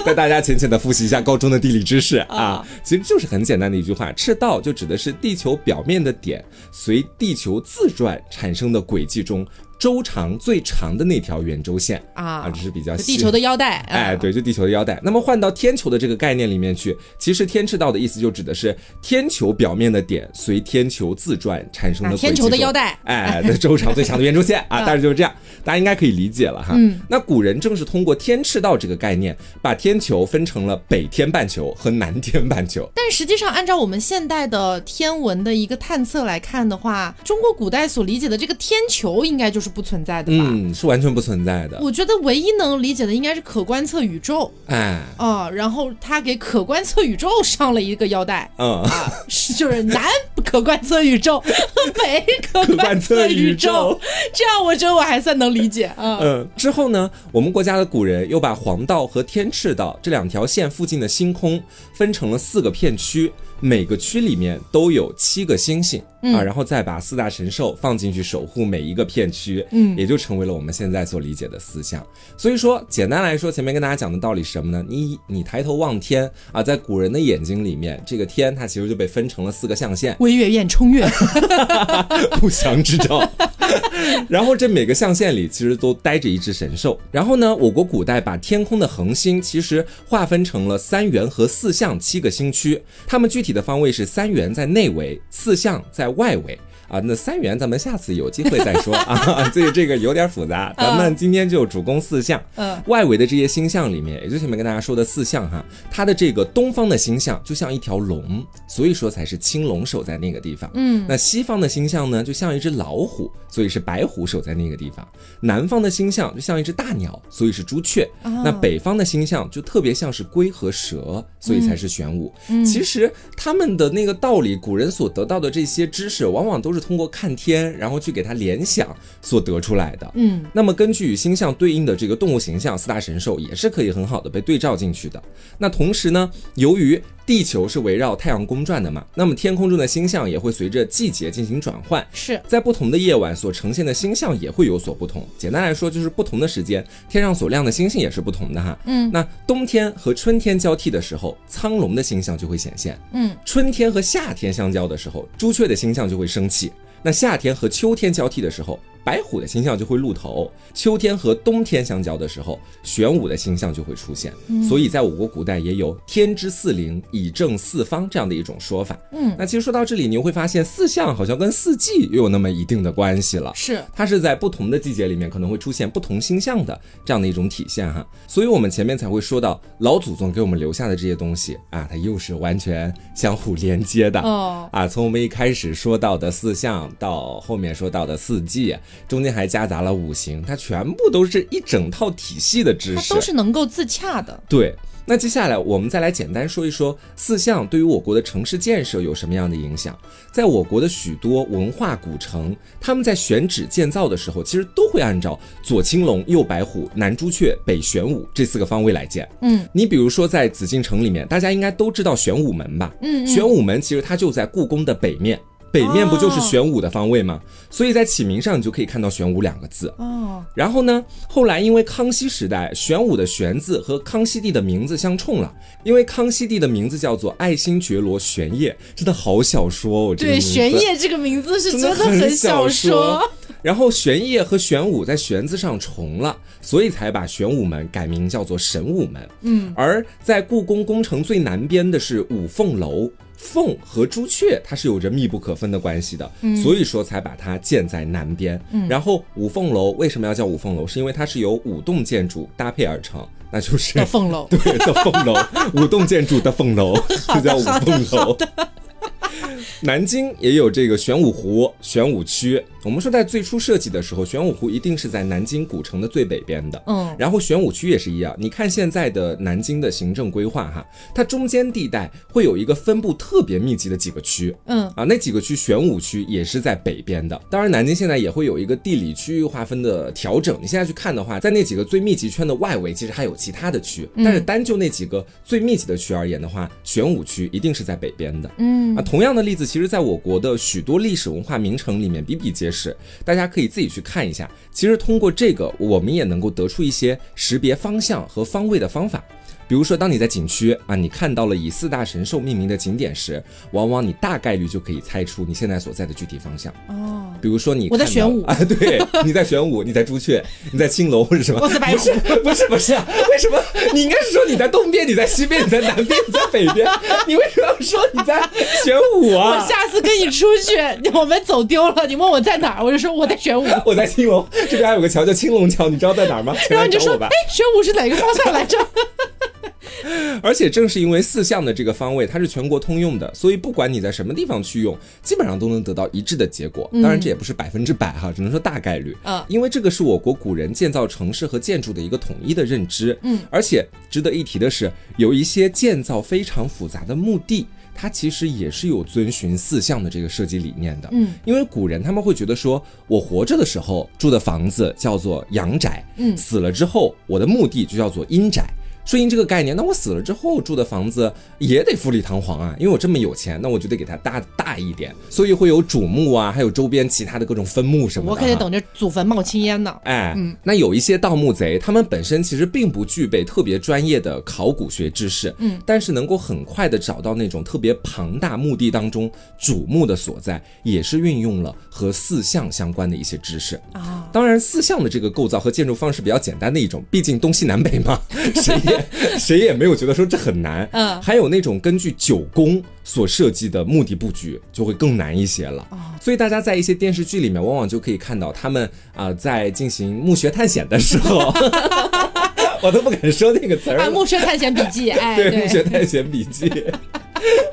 [SPEAKER 2] 带大家浅浅的复习一下高中的地理知识啊，其实就是很简单的一句话，赤道就指的是地球表面的点随地球自转产生的轨迹中周长最长的那条圆周线
[SPEAKER 1] 啊
[SPEAKER 2] 啊，这是比较
[SPEAKER 1] 就
[SPEAKER 2] 细
[SPEAKER 1] 地球的腰带，嗯
[SPEAKER 2] 哎，对，就地球的腰带。那么换到天球的这个概念里面去，其实天赤道的意思就指的是天球表面的点随天球自转产生的
[SPEAKER 1] 啊
[SPEAKER 2] 轨迹
[SPEAKER 1] 天球的
[SPEAKER 2] 中
[SPEAKER 1] 腰带
[SPEAKER 2] 哎，对，周长最长的圆
[SPEAKER 1] *laughs*
[SPEAKER 2] 周线啊，但是就是这样，大家应该可以理解了哈。
[SPEAKER 1] 嗯，
[SPEAKER 2] 那古人正是通过天赤道这个概念，把天球分成了北天半球和南天半球。
[SPEAKER 1] 但实际上，按照我们现代的天文的一个探测来看的话，中国古代所理解的这个天球应该就是不存在的吧？
[SPEAKER 2] 嗯，是完全不存在的。
[SPEAKER 1] 我觉得唯一能理解的应该是可观测宇宙
[SPEAKER 2] 哎，
[SPEAKER 1] 啊、然后他给可观测宇宙上了一个腰带， *laughs*
[SPEAKER 2] 嗯。
[SPEAKER 1] 是就是南可观测宇宙， *laughs* 北可
[SPEAKER 2] 可
[SPEAKER 1] 观
[SPEAKER 2] 观
[SPEAKER 1] 测
[SPEAKER 2] 测
[SPEAKER 1] 宇
[SPEAKER 2] 宇
[SPEAKER 1] 宙
[SPEAKER 2] 宙，
[SPEAKER 1] 这样我觉得我还算能理解啊。
[SPEAKER 2] 嗯，之后呢，我们国家的古人又把黄道和天赤道这两条线附近的星空分成了四个片区，每个区里面都有七个星星、啊，然后再把四大神兽放进去守护每一个片区，嗯，也就成为了我们现在所理解的四象。所以说，简单来说，前面跟大家讲的道理是什么呢？你你抬头望天啊，在古人的眼睛里面，这个天它其实就被分成了四个象限，
[SPEAKER 1] 微月宴冲月，
[SPEAKER 2] 不祥之兆。 *laughs* 然后这每个象限里其实都待着一只神兽。然后呢，我国古代把天空的恒星其实划分成了三元和四象七个星区，它们具体的方位是三元在内围，四象在外围。啊，那三元咱们下次有机会再说啊， *laughs* 所以这个有点复杂，咱们今天就主攻四象。
[SPEAKER 1] 嗯，
[SPEAKER 2] 外围的这些星象里面，也就前面跟大家说的四象哈，它的这个东方的星象就像一条龙，所以说才是青龙守在那个地方。嗯，那西方的星象呢，就像一只老虎，所以是白虎守在那个地方。南方的星象就像一只大鸟，所以是朱雀。那北方的星象就特别像是龟和蛇，所以才是玄武。其实他们的那个道理，古人所得到的这些知识，往往都是通过看天，然后去给它联想所得出来的。
[SPEAKER 1] 嗯，
[SPEAKER 2] 那么根据与星象对应的这个动物形象，四大神兽也是可以很好的被对照进去的。那同时呢，由于地球是围绕太阳公转的嘛，那么天空中的星象也会随着季节进行转换，
[SPEAKER 1] 是
[SPEAKER 2] 在不同的夜晚所呈现的星象也会有所不同。简单来说，就是不同的时间，天上所亮的星星也是不同的哈。嗯，那冬天和春天交替的时候，苍龙的星象就会显现；
[SPEAKER 1] 嗯，
[SPEAKER 2] 春天和夏天相交的时候，朱雀的星象就会升起。那夏天和秋天交替的时候，白虎的星象就会露头；秋天和冬天相交的时候，玄武的星象就会出现。
[SPEAKER 1] 嗯
[SPEAKER 2] 所以，在我国古代也有“天之四灵，以正四方”这样的一种说法。
[SPEAKER 1] 嗯
[SPEAKER 2] 那其实说到这里，你会发现四象好像跟四季又有那么一定的关系了。
[SPEAKER 1] 是，
[SPEAKER 2] 它是在不同的季节里面可能会出现不同星象的这样的一种体现哈，所以我们前面才会说到老祖宗给我们留下的这些东西啊，它又是完全相互连接的。
[SPEAKER 1] 哦，
[SPEAKER 2] 啊，从我们一开始说到的四象，到后面说到的四季，中间还夹杂了五行，它全部都是一整套体系的知
[SPEAKER 1] 它
[SPEAKER 2] 识
[SPEAKER 1] 都。是能够自洽的。
[SPEAKER 2] 对，那接下来我们再来简单说一说四象对于我国的城市建设有什么样的影响。在我国的许多文化古城，他们在选址建造的时候，其实都会按照左青龙、右白虎、南朱雀、北玄武这四个方位来建。
[SPEAKER 1] 嗯，
[SPEAKER 2] 你比如说在紫禁城里面，大家应该都知道玄武门吧？
[SPEAKER 1] 嗯嗯
[SPEAKER 2] 玄武门其实它就在故宫的北面。北面不就是玄武的方位吗？所以在起名上你就可以看到“玄武”两个字。
[SPEAKER 1] 哦，
[SPEAKER 2] 然后呢，后来因为康熙时代，玄武的“玄”字和康熙帝的名字相冲了，因为康熙帝的名字叫做爱新觉罗玄烨，真的好小说哦，这个
[SPEAKER 1] 对，
[SPEAKER 2] 名字
[SPEAKER 1] 玄。烨这个名字是
[SPEAKER 2] 真
[SPEAKER 1] 真
[SPEAKER 2] 的
[SPEAKER 1] 很
[SPEAKER 2] 小
[SPEAKER 1] 说。。
[SPEAKER 2] 然后玄烨和玄武在玄字上重了，所以才把玄武门改名叫做神武门。嗯，而在故宫宫城最南边的是五凤楼。凤和朱雀，它是有着密不可分的关系的，所以说才把它建在南边。然后五凤楼为什么要叫五凤楼？是因为它是由五栋建筑搭配而成，那就是
[SPEAKER 1] 的凤楼，
[SPEAKER 2] 对的凤楼，五栋建筑的凤楼就叫五凤楼。南京也有这个玄武湖、玄武区。我们说在最初设计的时候，玄武湖一定是在南京古城的最北边的。
[SPEAKER 1] 嗯
[SPEAKER 2] 然后玄武区也是一样，你看现在的南京的行政规划哈，它中间地带会有一个分布特别密集的几个区，
[SPEAKER 1] 嗯，
[SPEAKER 2] 啊，那几个区玄武区也是在北边的。当然，南京现在也会有一个地理区域划分的调整。你现在去看的话，在那几个最密集圈的外围，其实还有其他的区，但是单就那几个最密集的区而言的话，玄武区一定是在北边的。嗯啊，同样的例子，其实在我国的许多历史文化名城里面比比皆是，大家可以自己去看一下。其实通过这个，我们也能够得出一些识别方向和方位的方法。比如说，当你在景区啊，你看到了以四大神兽命名的景点时，往往你大概率就可以猜出你现在所在的具体方向。
[SPEAKER 1] 哦，
[SPEAKER 2] 比如说你看到，
[SPEAKER 1] 我在玄武
[SPEAKER 2] *laughs* 啊，对，你在玄武，你在朱雀，你在青楼或者什么？
[SPEAKER 1] 我在白虎
[SPEAKER 2] 不是， *laughs* 不是，不是，啊为什么？你应该是说你在东边，你在西边，你在南边，你在北边， *laughs* 你为什么要说你在玄武
[SPEAKER 1] 我
[SPEAKER 2] 啊？
[SPEAKER 1] 下次跟你出去， *laughs* 我们走丢了，你问我在哪儿，我就说我在玄武，然
[SPEAKER 2] 我在青楼，这边还有个桥叫青龙桥，你知道在哪儿吗？前
[SPEAKER 1] 后
[SPEAKER 2] 来
[SPEAKER 1] 你就
[SPEAKER 2] 找
[SPEAKER 1] 说，
[SPEAKER 2] 我吧
[SPEAKER 1] 哎。，玄武是哪个方向来着？
[SPEAKER 2] 而且正是因为四项的这个方位，它是全国通用的，所以不管你在什么地方去用，基本上都能得到一致的结果。当然，这也不是百分之百哈，只能说大概率。
[SPEAKER 1] 啊
[SPEAKER 2] 因为这个是我国古人建造城市和建筑的一个统一的认知。嗯，而且值得一提的是，有一些建造非常复杂的墓地。它其实也是有遵循四象的这个设计理念的。
[SPEAKER 1] 嗯，
[SPEAKER 2] 因为古人他们会觉得说，我活着的时候住的房子叫做阳宅，
[SPEAKER 1] 嗯
[SPEAKER 2] 死了之后我的墓地就叫做阴宅。顺应这个概念，那我死了之后住的房子也得富丽堂皇啊，因为我这么有钱，那我就得给它大大一点，所以会有主墓啊，还有周边其他的各种分墓什么
[SPEAKER 1] *laughs*
[SPEAKER 2] 的啊
[SPEAKER 1] 我
[SPEAKER 2] 哈。
[SPEAKER 1] 可得等着祖坟冒青烟呢。
[SPEAKER 2] 哎，那有一些盗墓贼，他们本身其实并不具备特别专业的考古学知识，
[SPEAKER 1] 嗯，
[SPEAKER 2] 但是能够很快的找到那种特别庞大墓地当中主墓的所在，也是运用了和四象相关的一些知识。
[SPEAKER 1] 啊，
[SPEAKER 2] 当然，四象的这个构造和建筑方式比较简单的一种，毕竟东西南北嘛， *laughs* 谁也谁也没有觉得说这很难。
[SPEAKER 1] 嗯
[SPEAKER 2] 还有那种根据九宫所设计的墓地布局，就会更难一些了。
[SPEAKER 1] 哦
[SPEAKER 2] 所以大家在一些电视剧里面，往往就可以看到他们啊、在进行墓穴探险的
[SPEAKER 1] *laughs*
[SPEAKER 2] 时候，我都不敢说那个词儿
[SPEAKER 1] 啊，
[SPEAKER 2] 了。
[SPEAKER 1] 墓穴探险笔记，哎，
[SPEAKER 2] 哎对《
[SPEAKER 1] 对
[SPEAKER 2] 墓，穴探险笔
[SPEAKER 1] *laughs*
[SPEAKER 2] 记》。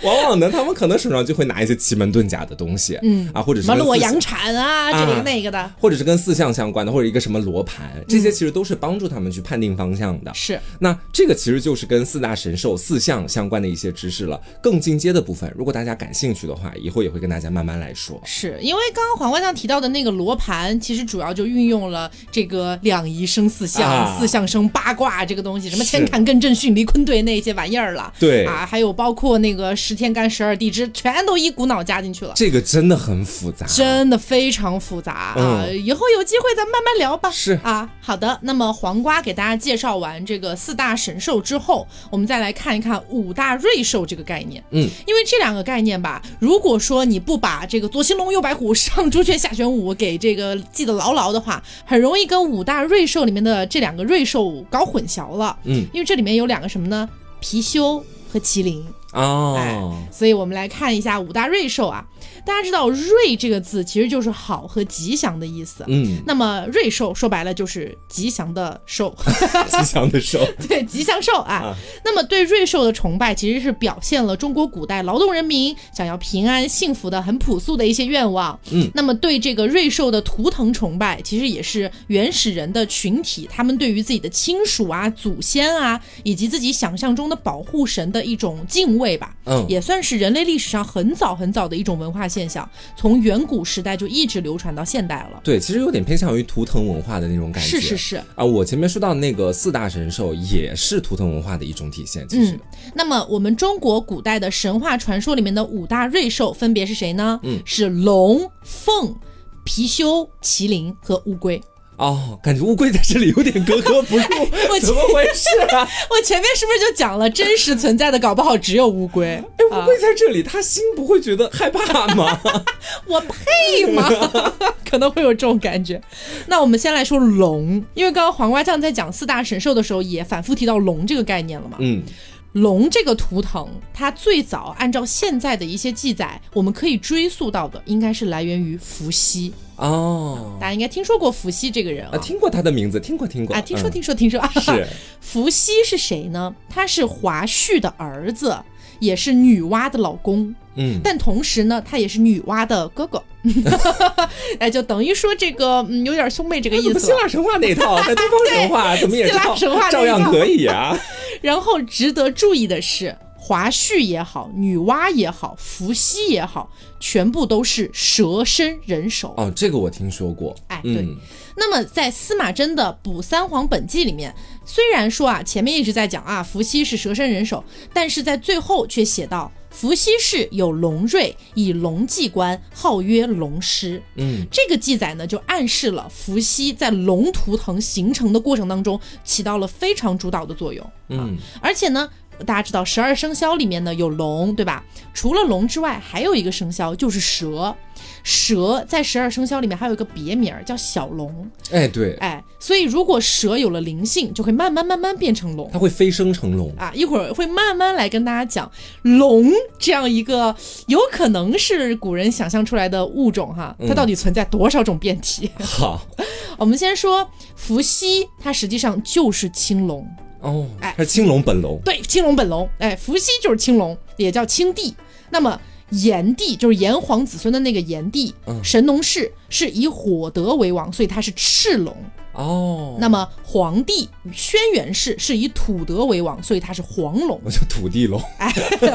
[SPEAKER 2] 往往呢，他们可能手上就会拿一些奇门遁甲的东西，
[SPEAKER 1] 嗯
[SPEAKER 2] 啊，或者是
[SPEAKER 1] 什么
[SPEAKER 2] 跟
[SPEAKER 1] 洛
[SPEAKER 2] 四
[SPEAKER 1] 阳铲啊，这
[SPEAKER 2] 啊
[SPEAKER 1] 个那个的，
[SPEAKER 2] 或者是跟四象相关的，或者一个什么罗盘，这
[SPEAKER 1] 嗯
[SPEAKER 2] 些其实都是帮助他们去判定方向的。
[SPEAKER 1] 是
[SPEAKER 2] 那这个其实就是跟四大神兽、四象相关的一些知识了。更进阶的部分，如果大家感兴趣的话，以后也会跟大家慢慢来说。
[SPEAKER 1] 是，因为刚刚黄瓜酱提到的那个罗盘，其实主要就运用了这个两仪生四象、
[SPEAKER 2] 啊
[SPEAKER 1] 四象生八卦这个东西，什么
[SPEAKER 2] 是
[SPEAKER 1] 乾坎艮震巽离坤兑那些玩意儿了。
[SPEAKER 2] 对
[SPEAKER 1] 啊，还有包括那个十天干十二地支，全都一股脑加进去了。
[SPEAKER 2] 这个真的很复杂，
[SPEAKER 1] 真的非常复杂、啊！
[SPEAKER 2] 嗯
[SPEAKER 1] 以后有机会咱慢慢聊吧。
[SPEAKER 2] 是
[SPEAKER 1] 啊，好的。那么黄瓜给大家介绍完这个四大神兽之后，我们再来看一看五大瑞兽这个概念。
[SPEAKER 2] 嗯，
[SPEAKER 1] 因为这两个概念吧，如果说你不把这个左青龙右白虎上朱雀下玄武给这个记得牢牢的话，很容易跟五大瑞兽里面的这两个瑞兽搞混淆了。
[SPEAKER 2] 嗯
[SPEAKER 1] 因为这里面有两个什么呢？貔貅和麒麟。
[SPEAKER 2] 哦
[SPEAKER 1] 哎，所以我们来看一下五大瑞兽啊。大家知道“瑞”这个字其实就是好和吉祥的意思。
[SPEAKER 2] 嗯，
[SPEAKER 1] 那么瑞兽说白了就是吉祥的
[SPEAKER 2] *laughs*
[SPEAKER 1] 兽，
[SPEAKER 2] 吉祥
[SPEAKER 1] *laughs*
[SPEAKER 2] 的兽，
[SPEAKER 1] 对吉祥兽啊。
[SPEAKER 2] 啊
[SPEAKER 1] 那么对瑞兽的崇拜其实是表现了中国古代劳动人民想要平安幸福的很朴素的一些愿望。
[SPEAKER 2] 嗯，
[SPEAKER 1] 那么对这个瑞兽的图腾崇拜，其实也是原始人的群体他们对于自己的亲属啊、祖先啊，以及自己想象中的保护神的一种敬畏吧。
[SPEAKER 2] 嗯
[SPEAKER 1] 也算是人类历史上很早很早的一种文化现象，从远古时代就一直流传到现代了。
[SPEAKER 2] 对，其实有点偏向于图腾文化的那种感觉。
[SPEAKER 1] 是是是，
[SPEAKER 2] 啊，我前面说到那个四大神兽也是图腾文化的一种体现，其实。
[SPEAKER 1] 嗯那么我们中国古代的神话传说里面的五大瑞兽分别是谁呢？
[SPEAKER 2] 嗯
[SPEAKER 1] 是龙、凤、貔貅、麒麟和乌龟。
[SPEAKER 2] 哦，感觉乌龟在这里有点格格不入，
[SPEAKER 1] *laughs* 我
[SPEAKER 2] 怎么回事啊？
[SPEAKER 1] 我前面是不是就讲了，真实存在的搞不好只有乌龟？
[SPEAKER 2] 哎，乌龟在这里，它心不会觉得害怕吗？
[SPEAKER 1] *laughs*
[SPEAKER 2] *laughs*
[SPEAKER 1] 我配吗？ *laughs* 可能会有这种感觉。那我们先来说龙，因为刚刚黄瓜酱在讲四大神兽的时候也反复提到龙这个概念了嘛。
[SPEAKER 2] 嗯，
[SPEAKER 1] 龙这个图腾，它最早按照现在的一些记载，我们可以追溯到的，应该是来源于伏羲。
[SPEAKER 2] 哦，
[SPEAKER 1] 大家应该听说过伏羲这个人
[SPEAKER 2] 啊，听过它的名字，听过，听过
[SPEAKER 1] 啊，听说，听说听说。
[SPEAKER 2] 嗯、是
[SPEAKER 1] 伏羲是谁呢？他是华胥的儿子，也是女娲的老公，
[SPEAKER 2] 嗯，
[SPEAKER 1] 但同时呢，他也是女娲的哥 *laughs*
[SPEAKER 2] *laughs*
[SPEAKER 1] 哥。哎，就等于说这个嗯，有点兄妹这个意
[SPEAKER 2] 怎么
[SPEAKER 1] 思
[SPEAKER 2] 希
[SPEAKER 1] 了。
[SPEAKER 2] 腊神话那
[SPEAKER 1] *laughs*
[SPEAKER 2] 一套，在东方神话怎么也
[SPEAKER 1] 希腊
[SPEAKER 2] 照
[SPEAKER 1] 神话那一套
[SPEAKER 2] 照样可以啊？ *laughs*
[SPEAKER 1] 然后值得注意的是，华胥也好，女娲也好，伏羲也好，全部都是蛇身人首。
[SPEAKER 2] 哦，这个我听说过，
[SPEAKER 1] 哎对
[SPEAKER 2] 嗯，
[SPEAKER 1] 那么在司马真的《补三皇本纪》里面，虽然说啊前面一直在讲啊伏羲是蛇身人首，但是在最后却写到伏羲氏有龙瑞，以龙祭官，号曰龙师。
[SPEAKER 2] 嗯，
[SPEAKER 1] 这个记载呢，就暗示了伏羲在龙图腾形成的过程当中起到了非常主导的作用。啊
[SPEAKER 2] 嗯，
[SPEAKER 1] 而且呢，大家知道十二生肖里面呢有龙，对吧？除了龙之外，还有一个生肖就是蛇。蛇在十二生肖里面还有一个别名儿叫小龙，
[SPEAKER 2] 哎，对，
[SPEAKER 1] 哎，所以如果蛇有了灵性，就会慢慢慢慢变成龙
[SPEAKER 2] 它会飞升成
[SPEAKER 1] *laughs*
[SPEAKER 2] 龙，
[SPEAKER 1] 啊。一会儿会慢慢来跟大家讲龙这样一个有可能是古人想象出来的物种哈，它到底存在多少种变体？ *laughs*
[SPEAKER 2] 好，
[SPEAKER 1] 我们先说伏羲，他实际上就是青龙，
[SPEAKER 2] 哦，
[SPEAKER 1] 哎
[SPEAKER 2] 它是青龙本龙，
[SPEAKER 1] 对，青龙本龙，哎，伏羲就是青龙，也叫青帝。那么炎帝就是炎黄子孙的那个炎帝，神农氏是以火德为王，所以他是赤龙。
[SPEAKER 2] 哦，
[SPEAKER 1] 那么皇帝轩辕氏是以土德为王，所以他是黄
[SPEAKER 2] *laughs*
[SPEAKER 1] 龙，
[SPEAKER 2] 我就土地龙，
[SPEAKER 1] 哎，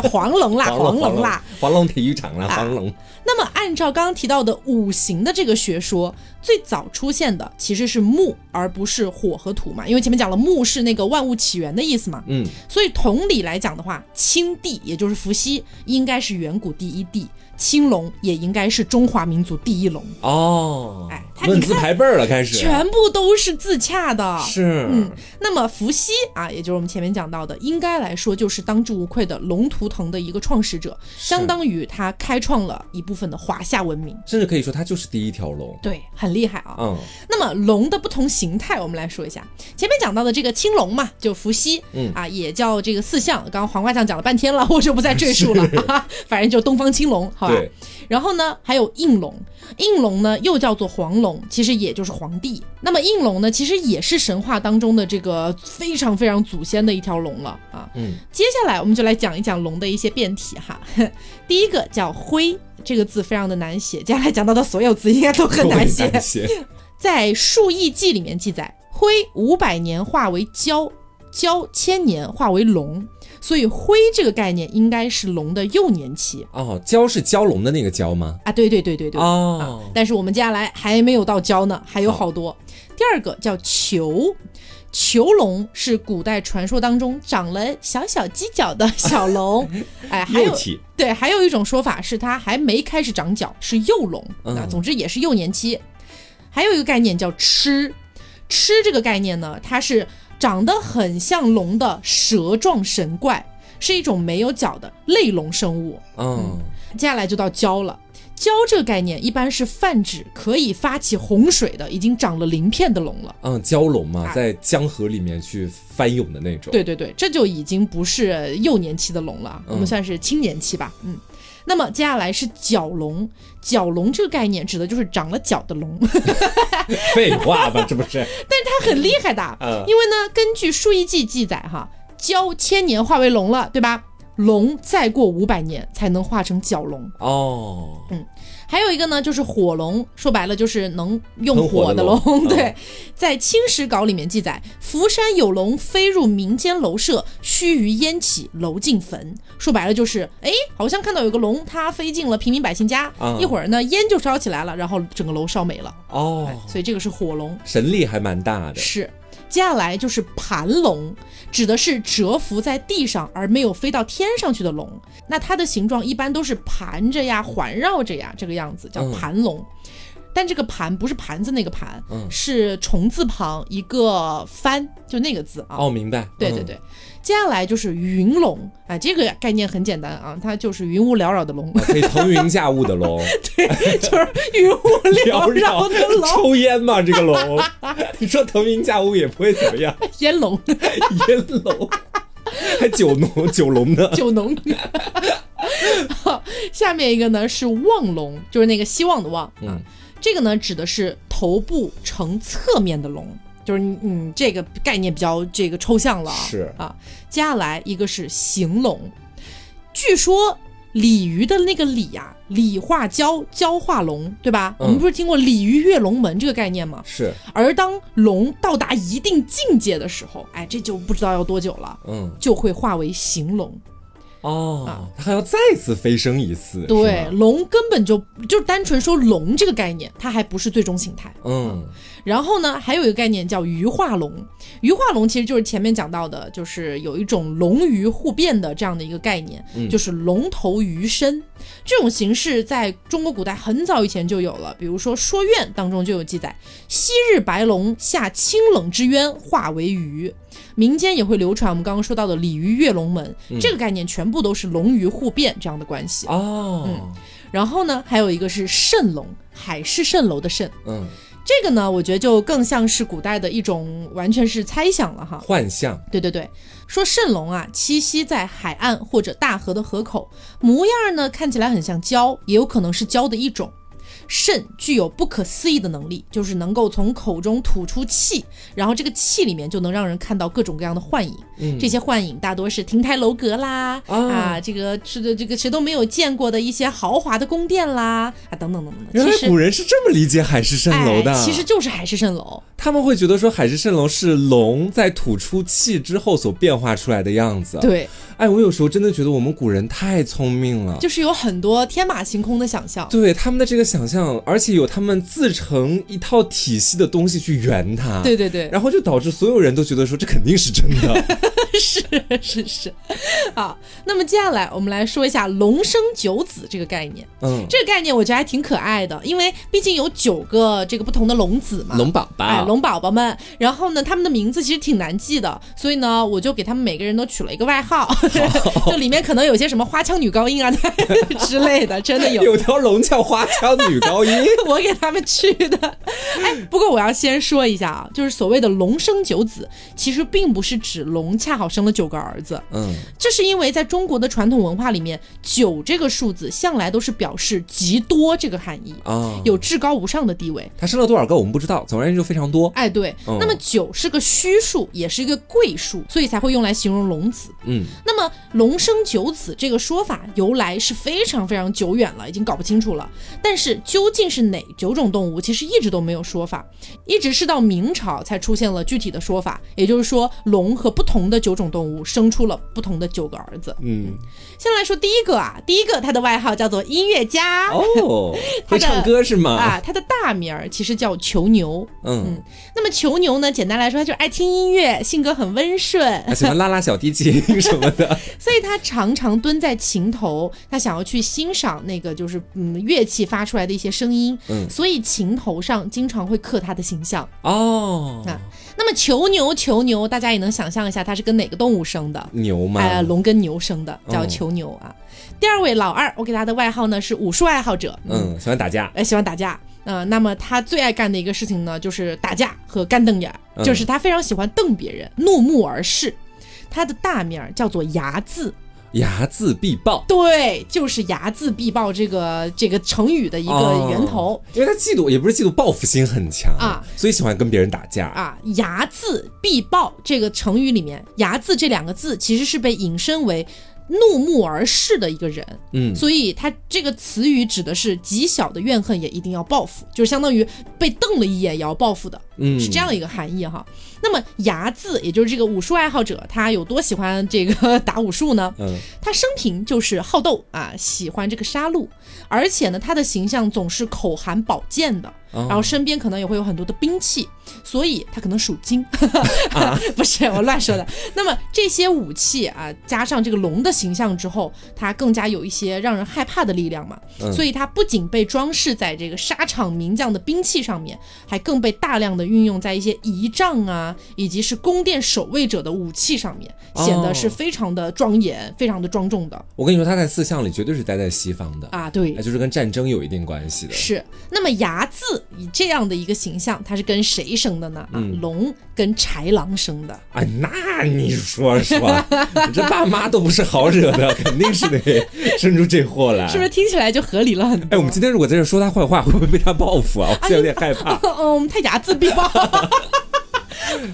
[SPEAKER 1] 黄龙啦，
[SPEAKER 2] 黄
[SPEAKER 1] 龙
[SPEAKER 2] 龙
[SPEAKER 1] 啦。，
[SPEAKER 2] 黄龙体育场啦，
[SPEAKER 1] 啊
[SPEAKER 2] 黄龙。
[SPEAKER 1] 那么按照刚刚提到的五行的这个学说，最早出现的其实是木，而不是火和土嘛，因为前面讲了木是那个万物起源的意思嘛。
[SPEAKER 2] 嗯，
[SPEAKER 1] 所以同理来讲的话，青帝也就是伏羲，应该是远古第一帝；青龙也应该是中华民族第一龙。
[SPEAKER 2] 哦，
[SPEAKER 1] 哎他
[SPEAKER 2] 论
[SPEAKER 1] 你
[SPEAKER 2] 资
[SPEAKER 1] 看
[SPEAKER 2] 排辈啊儿了，开始
[SPEAKER 1] 全部都是自洽的，
[SPEAKER 2] 是，
[SPEAKER 1] 嗯，那么伏羲啊，也就是我们前面讲到的，应该来说就是当之无愧的龙图腾的一个创始者，相当于他开创了一部分的华夏文明。
[SPEAKER 2] 甚至可以说它就是第一条龙。
[SPEAKER 1] 对，很厉害啊。
[SPEAKER 2] 嗯，
[SPEAKER 1] 那么龙的不同形态，我们来说一下。前面讲到的这个青龙嘛，就伏羲，
[SPEAKER 2] 嗯
[SPEAKER 1] 啊，也叫这个四象。刚刚黄瓜酱讲了半天了，我就不再赘 *laughs* 述了啊。反正就东方青龙，好吧。啊
[SPEAKER 2] 对，
[SPEAKER 1] 然后呢，还有应龙，应龙呢又叫做黄龙，其实也就是皇帝。那么应龙呢，其实也是神话当中的这个非常非常祖先的一条龙了啊。
[SPEAKER 2] 嗯，
[SPEAKER 1] 接下来我们就来讲一讲龙的一些变体哈。 *laughs* 第一个叫灰，这个字非常的难写，接下来讲到的所有字应该都很
[SPEAKER 2] *laughs*
[SPEAKER 1] 难写。
[SPEAKER 2] 难写。
[SPEAKER 1] 在《述异纪》里面记载，灰五百年化为蛟，蛟千年化为龙，所以灰这个概念应该是龙的幼年期
[SPEAKER 2] 哦，蛟是蛟龙的那个蛟吗？
[SPEAKER 1] 啊。对对对对对。
[SPEAKER 2] 哦，
[SPEAKER 1] 但是我们接下来还没有到蛟呢，还有好多。第二个叫囚，囚龙是古代传说当中长了小小犄角的小
[SPEAKER 2] *laughs*
[SPEAKER 1] 龙，哎，还有
[SPEAKER 2] 幼体
[SPEAKER 1] 对，还有一种说法是它还没开始长角，是幼龙
[SPEAKER 2] 嗯
[SPEAKER 1] 啊，总之也是幼年期。还有一个概念叫螭，螭这个概念呢，它是长得很像龙的蛇状神怪，是一种没有角的类龙生物。
[SPEAKER 2] 嗯，
[SPEAKER 1] 接下来就到蛟了。蛟这个概念一般是泛指可以发起洪水的、已经长了鳞片的龙了。
[SPEAKER 2] 嗯，蛟龙嘛，
[SPEAKER 1] 啊
[SPEAKER 2] 在江河里面去翻涌的那种。，
[SPEAKER 1] 对对对，这就已经不是幼年期的龙了，啊我
[SPEAKER 2] 嗯
[SPEAKER 1] 们算是青年期吧。嗯，那么接下来是角龙，角龙这个概念指的就是长了角的龙，
[SPEAKER 2] *laughs*
[SPEAKER 1] *laughs*
[SPEAKER 2] 废话吧， *laughs* 这不是？
[SPEAKER 1] 它很厉害的。啊
[SPEAKER 2] 嗯
[SPEAKER 1] 因为呢，根据《述异纪》记载，哈，蛟千年化为龙了，对吧？龙再过五百年才能化成角龙。
[SPEAKER 2] 哦，
[SPEAKER 1] 还有一个呢，就是火龙，说白了就是能用火
[SPEAKER 2] 喷
[SPEAKER 1] 的
[SPEAKER 2] 火
[SPEAKER 1] 龙。
[SPEAKER 2] 的
[SPEAKER 1] *laughs*
[SPEAKER 2] 龙啊
[SPEAKER 1] 对，在《清史稿》里面记载，福山有龙飞入民间楼舍，须臾烟起，楼尽焚。说白了就是，哎，好像看到有个龙，它飞进了平民百姓家，
[SPEAKER 2] 嗯
[SPEAKER 1] 一会儿呢烟就烧起来了，然后整个楼烧没了。哎
[SPEAKER 2] 哦，
[SPEAKER 1] 所以这个是火龙，
[SPEAKER 2] 神力还蛮大的。
[SPEAKER 1] 是。接下来就是盘龙，指的是蛰伏在地上而没有飞到天上去的龙。那它的形状一般都是盘着呀、环绕着呀这个样子，叫
[SPEAKER 2] 嗯
[SPEAKER 1] 盘龙。但这个盘不是盘子那个盘，
[SPEAKER 2] 嗯
[SPEAKER 1] 是虫字旁一个翻，就那个字啊。
[SPEAKER 2] 哦，明白。
[SPEAKER 1] 对
[SPEAKER 2] 嗯
[SPEAKER 1] 对对，，接下来就是云龙啊，这个概念很简单啊，它就是云雾缭绕的龙， *laughs*
[SPEAKER 2] 哦可以腾云驾雾的龙，
[SPEAKER 1] 就是云
[SPEAKER 2] *laughs*
[SPEAKER 1] 雾缭绕的龙， *laughs*
[SPEAKER 2] 抽烟嘛，这个龙， *laughs* 你说腾云驾雾也不会怎么
[SPEAKER 1] *laughs*
[SPEAKER 2] 样，
[SPEAKER 1] 烟龙。
[SPEAKER 2] 烟龙，还九龙九
[SPEAKER 1] *laughs*
[SPEAKER 2] 龙呢，
[SPEAKER 1] 九农。好，下面一个呢是望龙，就是那个希望的望啊。
[SPEAKER 2] 嗯
[SPEAKER 1] 这个呢指的是头部呈侧面的龙，就是你嗯这个概念比较这个抽象了啊。
[SPEAKER 2] 是
[SPEAKER 1] 啊，接下来一个是行龙，据说。鲤鱼的那个鲤呀、鲤化蛟，蛟化龙，对吧？我
[SPEAKER 2] 嗯
[SPEAKER 1] 们不是听过鲤鱼跃龙门这个概念吗？
[SPEAKER 2] 是，
[SPEAKER 1] 而当龙到达一定境界的时候，哎，这就不知道要多久了，
[SPEAKER 2] 嗯，
[SPEAKER 1] 就会化为行龙。
[SPEAKER 2] 哦
[SPEAKER 1] 啊，
[SPEAKER 2] 它还要再次飞升一次，
[SPEAKER 1] 对，
[SPEAKER 2] 是吗，
[SPEAKER 1] 龙根本就就单纯说龙这个概念，它还不是最终形态。
[SPEAKER 2] 嗯，
[SPEAKER 1] 然后呢，还有一个概念叫鱼化龙，鱼化龙其实就是前面讲到的，就是有一种龙鱼互变的这样的一个概念，
[SPEAKER 2] 嗯
[SPEAKER 1] 就是龙头鱼身这种形式，在中国古代很早以前就有了，比如说《说苑》当中就有记载：“昔日白龙下清冷之渊，化为鱼。”民间也会流传我们刚刚说到的鲤鱼跃龙门、
[SPEAKER 2] 嗯
[SPEAKER 1] 这个概念，全部都是龙鱼互变这样的关系。嗯
[SPEAKER 2] 哦，
[SPEAKER 1] 然后呢，还有一个是蜃龙，海市蜃楼的蜃。
[SPEAKER 2] 嗯，
[SPEAKER 1] 这个呢，我觉得就更像是古代的一种，完全是猜想了哈。
[SPEAKER 2] 幻象，
[SPEAKER 1] 对对对，说蜃龙啊，栖息在海岸或者大河的河口，模样呢看起来很像蛟，也有可能是蛟的一种。肾具有不可思议的能力，就是能够从口中吐出气，然后这个气里面就能让人看到各种各样的幻影。
[SPEAKER 2] 嗯
[SPEAKER 1] 这些幻影大多是亭台楼阁啦，
[SPEAKER 2] 哦
[SPEAKER 1] 啊，这个是的，这个谁都没有见过的一些豪华的宫殿啦，啊，等等等等
[SPEAKER 2] 原
[SPEAKER 1] 等。
[SPEAKER 2] 来
[SPEAKER 1] 其
[SPEAKER 2] 古
[SPEAKER 1] 实，
[SPEAKER 2] 人是这么理解海市蜃楼的。啊
[SPEAKER 1] 哎，其实就是海市蜃楼。
[SPEAKER 2] 他们会觉得说海市蜃楼是龙在吐出气之后所变化出来的样子。，
[SPEAKER 1] 对，
[SPEAKER 2] 哎，我有时候真的觉得我们古人太聪明了。
[SPEAKER 1] 就是有很多天马行空的想象。
[SPEAKER 2] 对他们的这个想象，而且有他们自成一套体系的东西去圆它。
[SPEAKER 1] 对对对，
[SPEAKER 2] 然后就导致所有人都觉得说这肯定是真
[SPEAKER 1] *laughs*
[SPEAKER 2] 的。
[SPEAKER 1] 是是是，啊，那么接下来我们来说一下龙生九子这个概念。
[SPEAKER 2] 嗯，
[SPEAKER 1] 这个概念我觉得还挺可爱的，因为毕竟有九个这个不同的龙子嘛。
[SPEAKER 2] 龙宝啊宝，
[SPEAKER 1] 哎，龙宝宝们，然后呢，他们的名字其实挺难记的，所以呢，我就给他们每个人都取了一个外号，就里面可能有些什么花腔女高音啊 *laughs* 之类的，真的有。
[SPEAKER 2] *laughs* 有条龙叫花腔女高音。
[SPEAKER 1] *laughs* 我给他们去的。哎，不过我要先说一下啊，就是所谓的龙生九子，其实并不是指龙恰好生了九个儿子，
[SPEAKER 2] 嗯，
[SPEAKER 1] 这是因为在中国的传统文化里面，九这个数字向来都是表示极多这个含义，
[SPEAKER 2] 啊，
[SPEAKER 1] 有至高无上的地位。
[SPEAKER 2] 他生了多少个我们不知道，总而言之就非常多。
[SPEAKER 1] 哎，对，
[SPEAKER 2] 嗯
[SPEAKER 1] 那么九是个虚数，也是一个贵数，所以才会用来形容龙子。
[SPEAKER 2] 嗯，
[SPEAKER 1] 那么“龙生九子”这个说法由来是非常非常久远了，已经搞不清楚了。但是究竟是哪九种动物，其实一直都没有说法，一直是到明朝才出现了具体的说法。也就是说，龙和不同的九种动物生出了不同的九个儿子。
[SPEAKER 2] 嗯，
[SPEAKER 1] 先来说第一个啊，第一个他的外号叫做音乐家。
[SPEAKER 2] 哦，
[SPEAKER 1] 他
[SPEAKER 2] 会
[SPEAKER 1] 的
[SPEAKER 2] 唱歌是吗？
[SPEAKER 1] 啊，他的大名儿其实叫囚牛。
[SPEAKER 2] 嗯，
[SPEAKER 1] 那么囚牛呢，简单来说，他就是爱听音乐，性格很温顺，
[SPEAKER 2] 啊还喜欢拉拉小提琴什么
[SPEAKER 1] *laughs*
[SPEAKER 2] 的。
[SPEAKER 1] 所以他常常蹲在琴头，他想要去欣赏那个就是嗯乐器发出来的一些声音，
[SPEAKER 2] 嗯
[SPEAKER 1] 所以琴头上经常会刻他的形象。
[SPEAKER 2] 哦，
[SPEAKER 1] 啊那么囚牛，囚牛，大家也能想象一下，它是跟哪个动物生的？
[SPEAKER 2] 牛吗？
[SPEAKER 1] 哎、龙跟牛生的，叫
[SPEAKER 2] 哦
[SPEAKER 1] 囚牛啊。第二位老二，我给他的外号呢是武术爱好者，
[SPEAKER 2] 嗯，喜欢打架。
[SPEAKER 1] 呃，喜欢打架。呃，那么他最爱干的一个事情呢，就是打架和干瞪眼儿，
[SPEAKER 2] 嗯
[SPEAKER 1] 就是他非常喜欢瞪别人，怒目而视。他的大名儿叫做睚眦，
[SPEAKER 2] 睚眦必报，
[SPEAKER 1] 对，就是睚眦必报这个这个成语的一个源头。
[SPEAKER 2] 哦，因为他嫉妒，也不是嫉妒，报复心很强
[SPEAKER 1] 啊，
[SPEAKER 2] 所以喜欢跟别人打架。
[SPEAKER 1] 啊，睚眦必报这个成语里面，睚眦这两个字其实是被引申为怒目而视的一个人，
[SPEAKER 2] 嗯
[SPEAKER 1] 所以它这个词语指的是极小的怨恨也一定要报复，就是相当于被瞪了一眼也要报复的，
[SPEAKER 2] 嗯，
[SPEAKER 1] 是这样一个含义哈。那么睚眦，也就是这个武术爱好者，他有多喜欢这个 *laughs* 打武术呢？
[SPEAKER 2] 嗯，
[SPEAKER 1] 他生平就是好斗啊，喜欢这个杀戮，而且呢，他的形象总是口含宝剑的，
[SPEAKER 2] 哦
[SPEAKER 1] 然后身边可能也会有很多的兵器，所以他可能属金， *laughs*
[SPEAKER 2] 啊
[SPEAKER 1] 不是我乱说的。那么这些武器啊，加上这个龙的形象之后，它更加有一些让人害怕的力量嘛，
[SPEAKER 2] 嗯
[SPEAKER 1] 所以它不仅被装饰在这个沙场名将的兵器上面，还更被大量的运用在一些仪仗啊，以及是宫殿守卫者的武器上面，
[SPEAKER 2] 哦
[SPEAKER 1] 显得是非常的庄严、非常的庄重的
[SPEAKER 2] 我跟你说，他在四项里绝对是待在西方的，
[SPEAKER 1] 啊。对
[SPEAKER 2] 哎，，就是跟战争有一定关系的。
[SPEAKER 1] 是。那么睚眦以这样的一个形象，它是跟谁生的呢？啊，
[SPEAKER 2] 嗯
[SPEAKER 1] 龙跟豺狼生的。
[SPEAKER 2] 哎，那你
[SPEAKER 1] *laughs*
[SPEAKER 2] 说说，你这爸妈都不是好惹的，肯定是得生出这货来。
[SPEAKER 1] 是不是？听起来就合理了很多？
[SPEAKER 2] 哎，我们今天如果在这说他坏话，会不会被他报复啊？我现在有点害怕。
[SPEAKER 1] *laughs* 哦，我们太睚眦必
[SPEAKER 2] *laughs*
[SPEAKER 1] 报。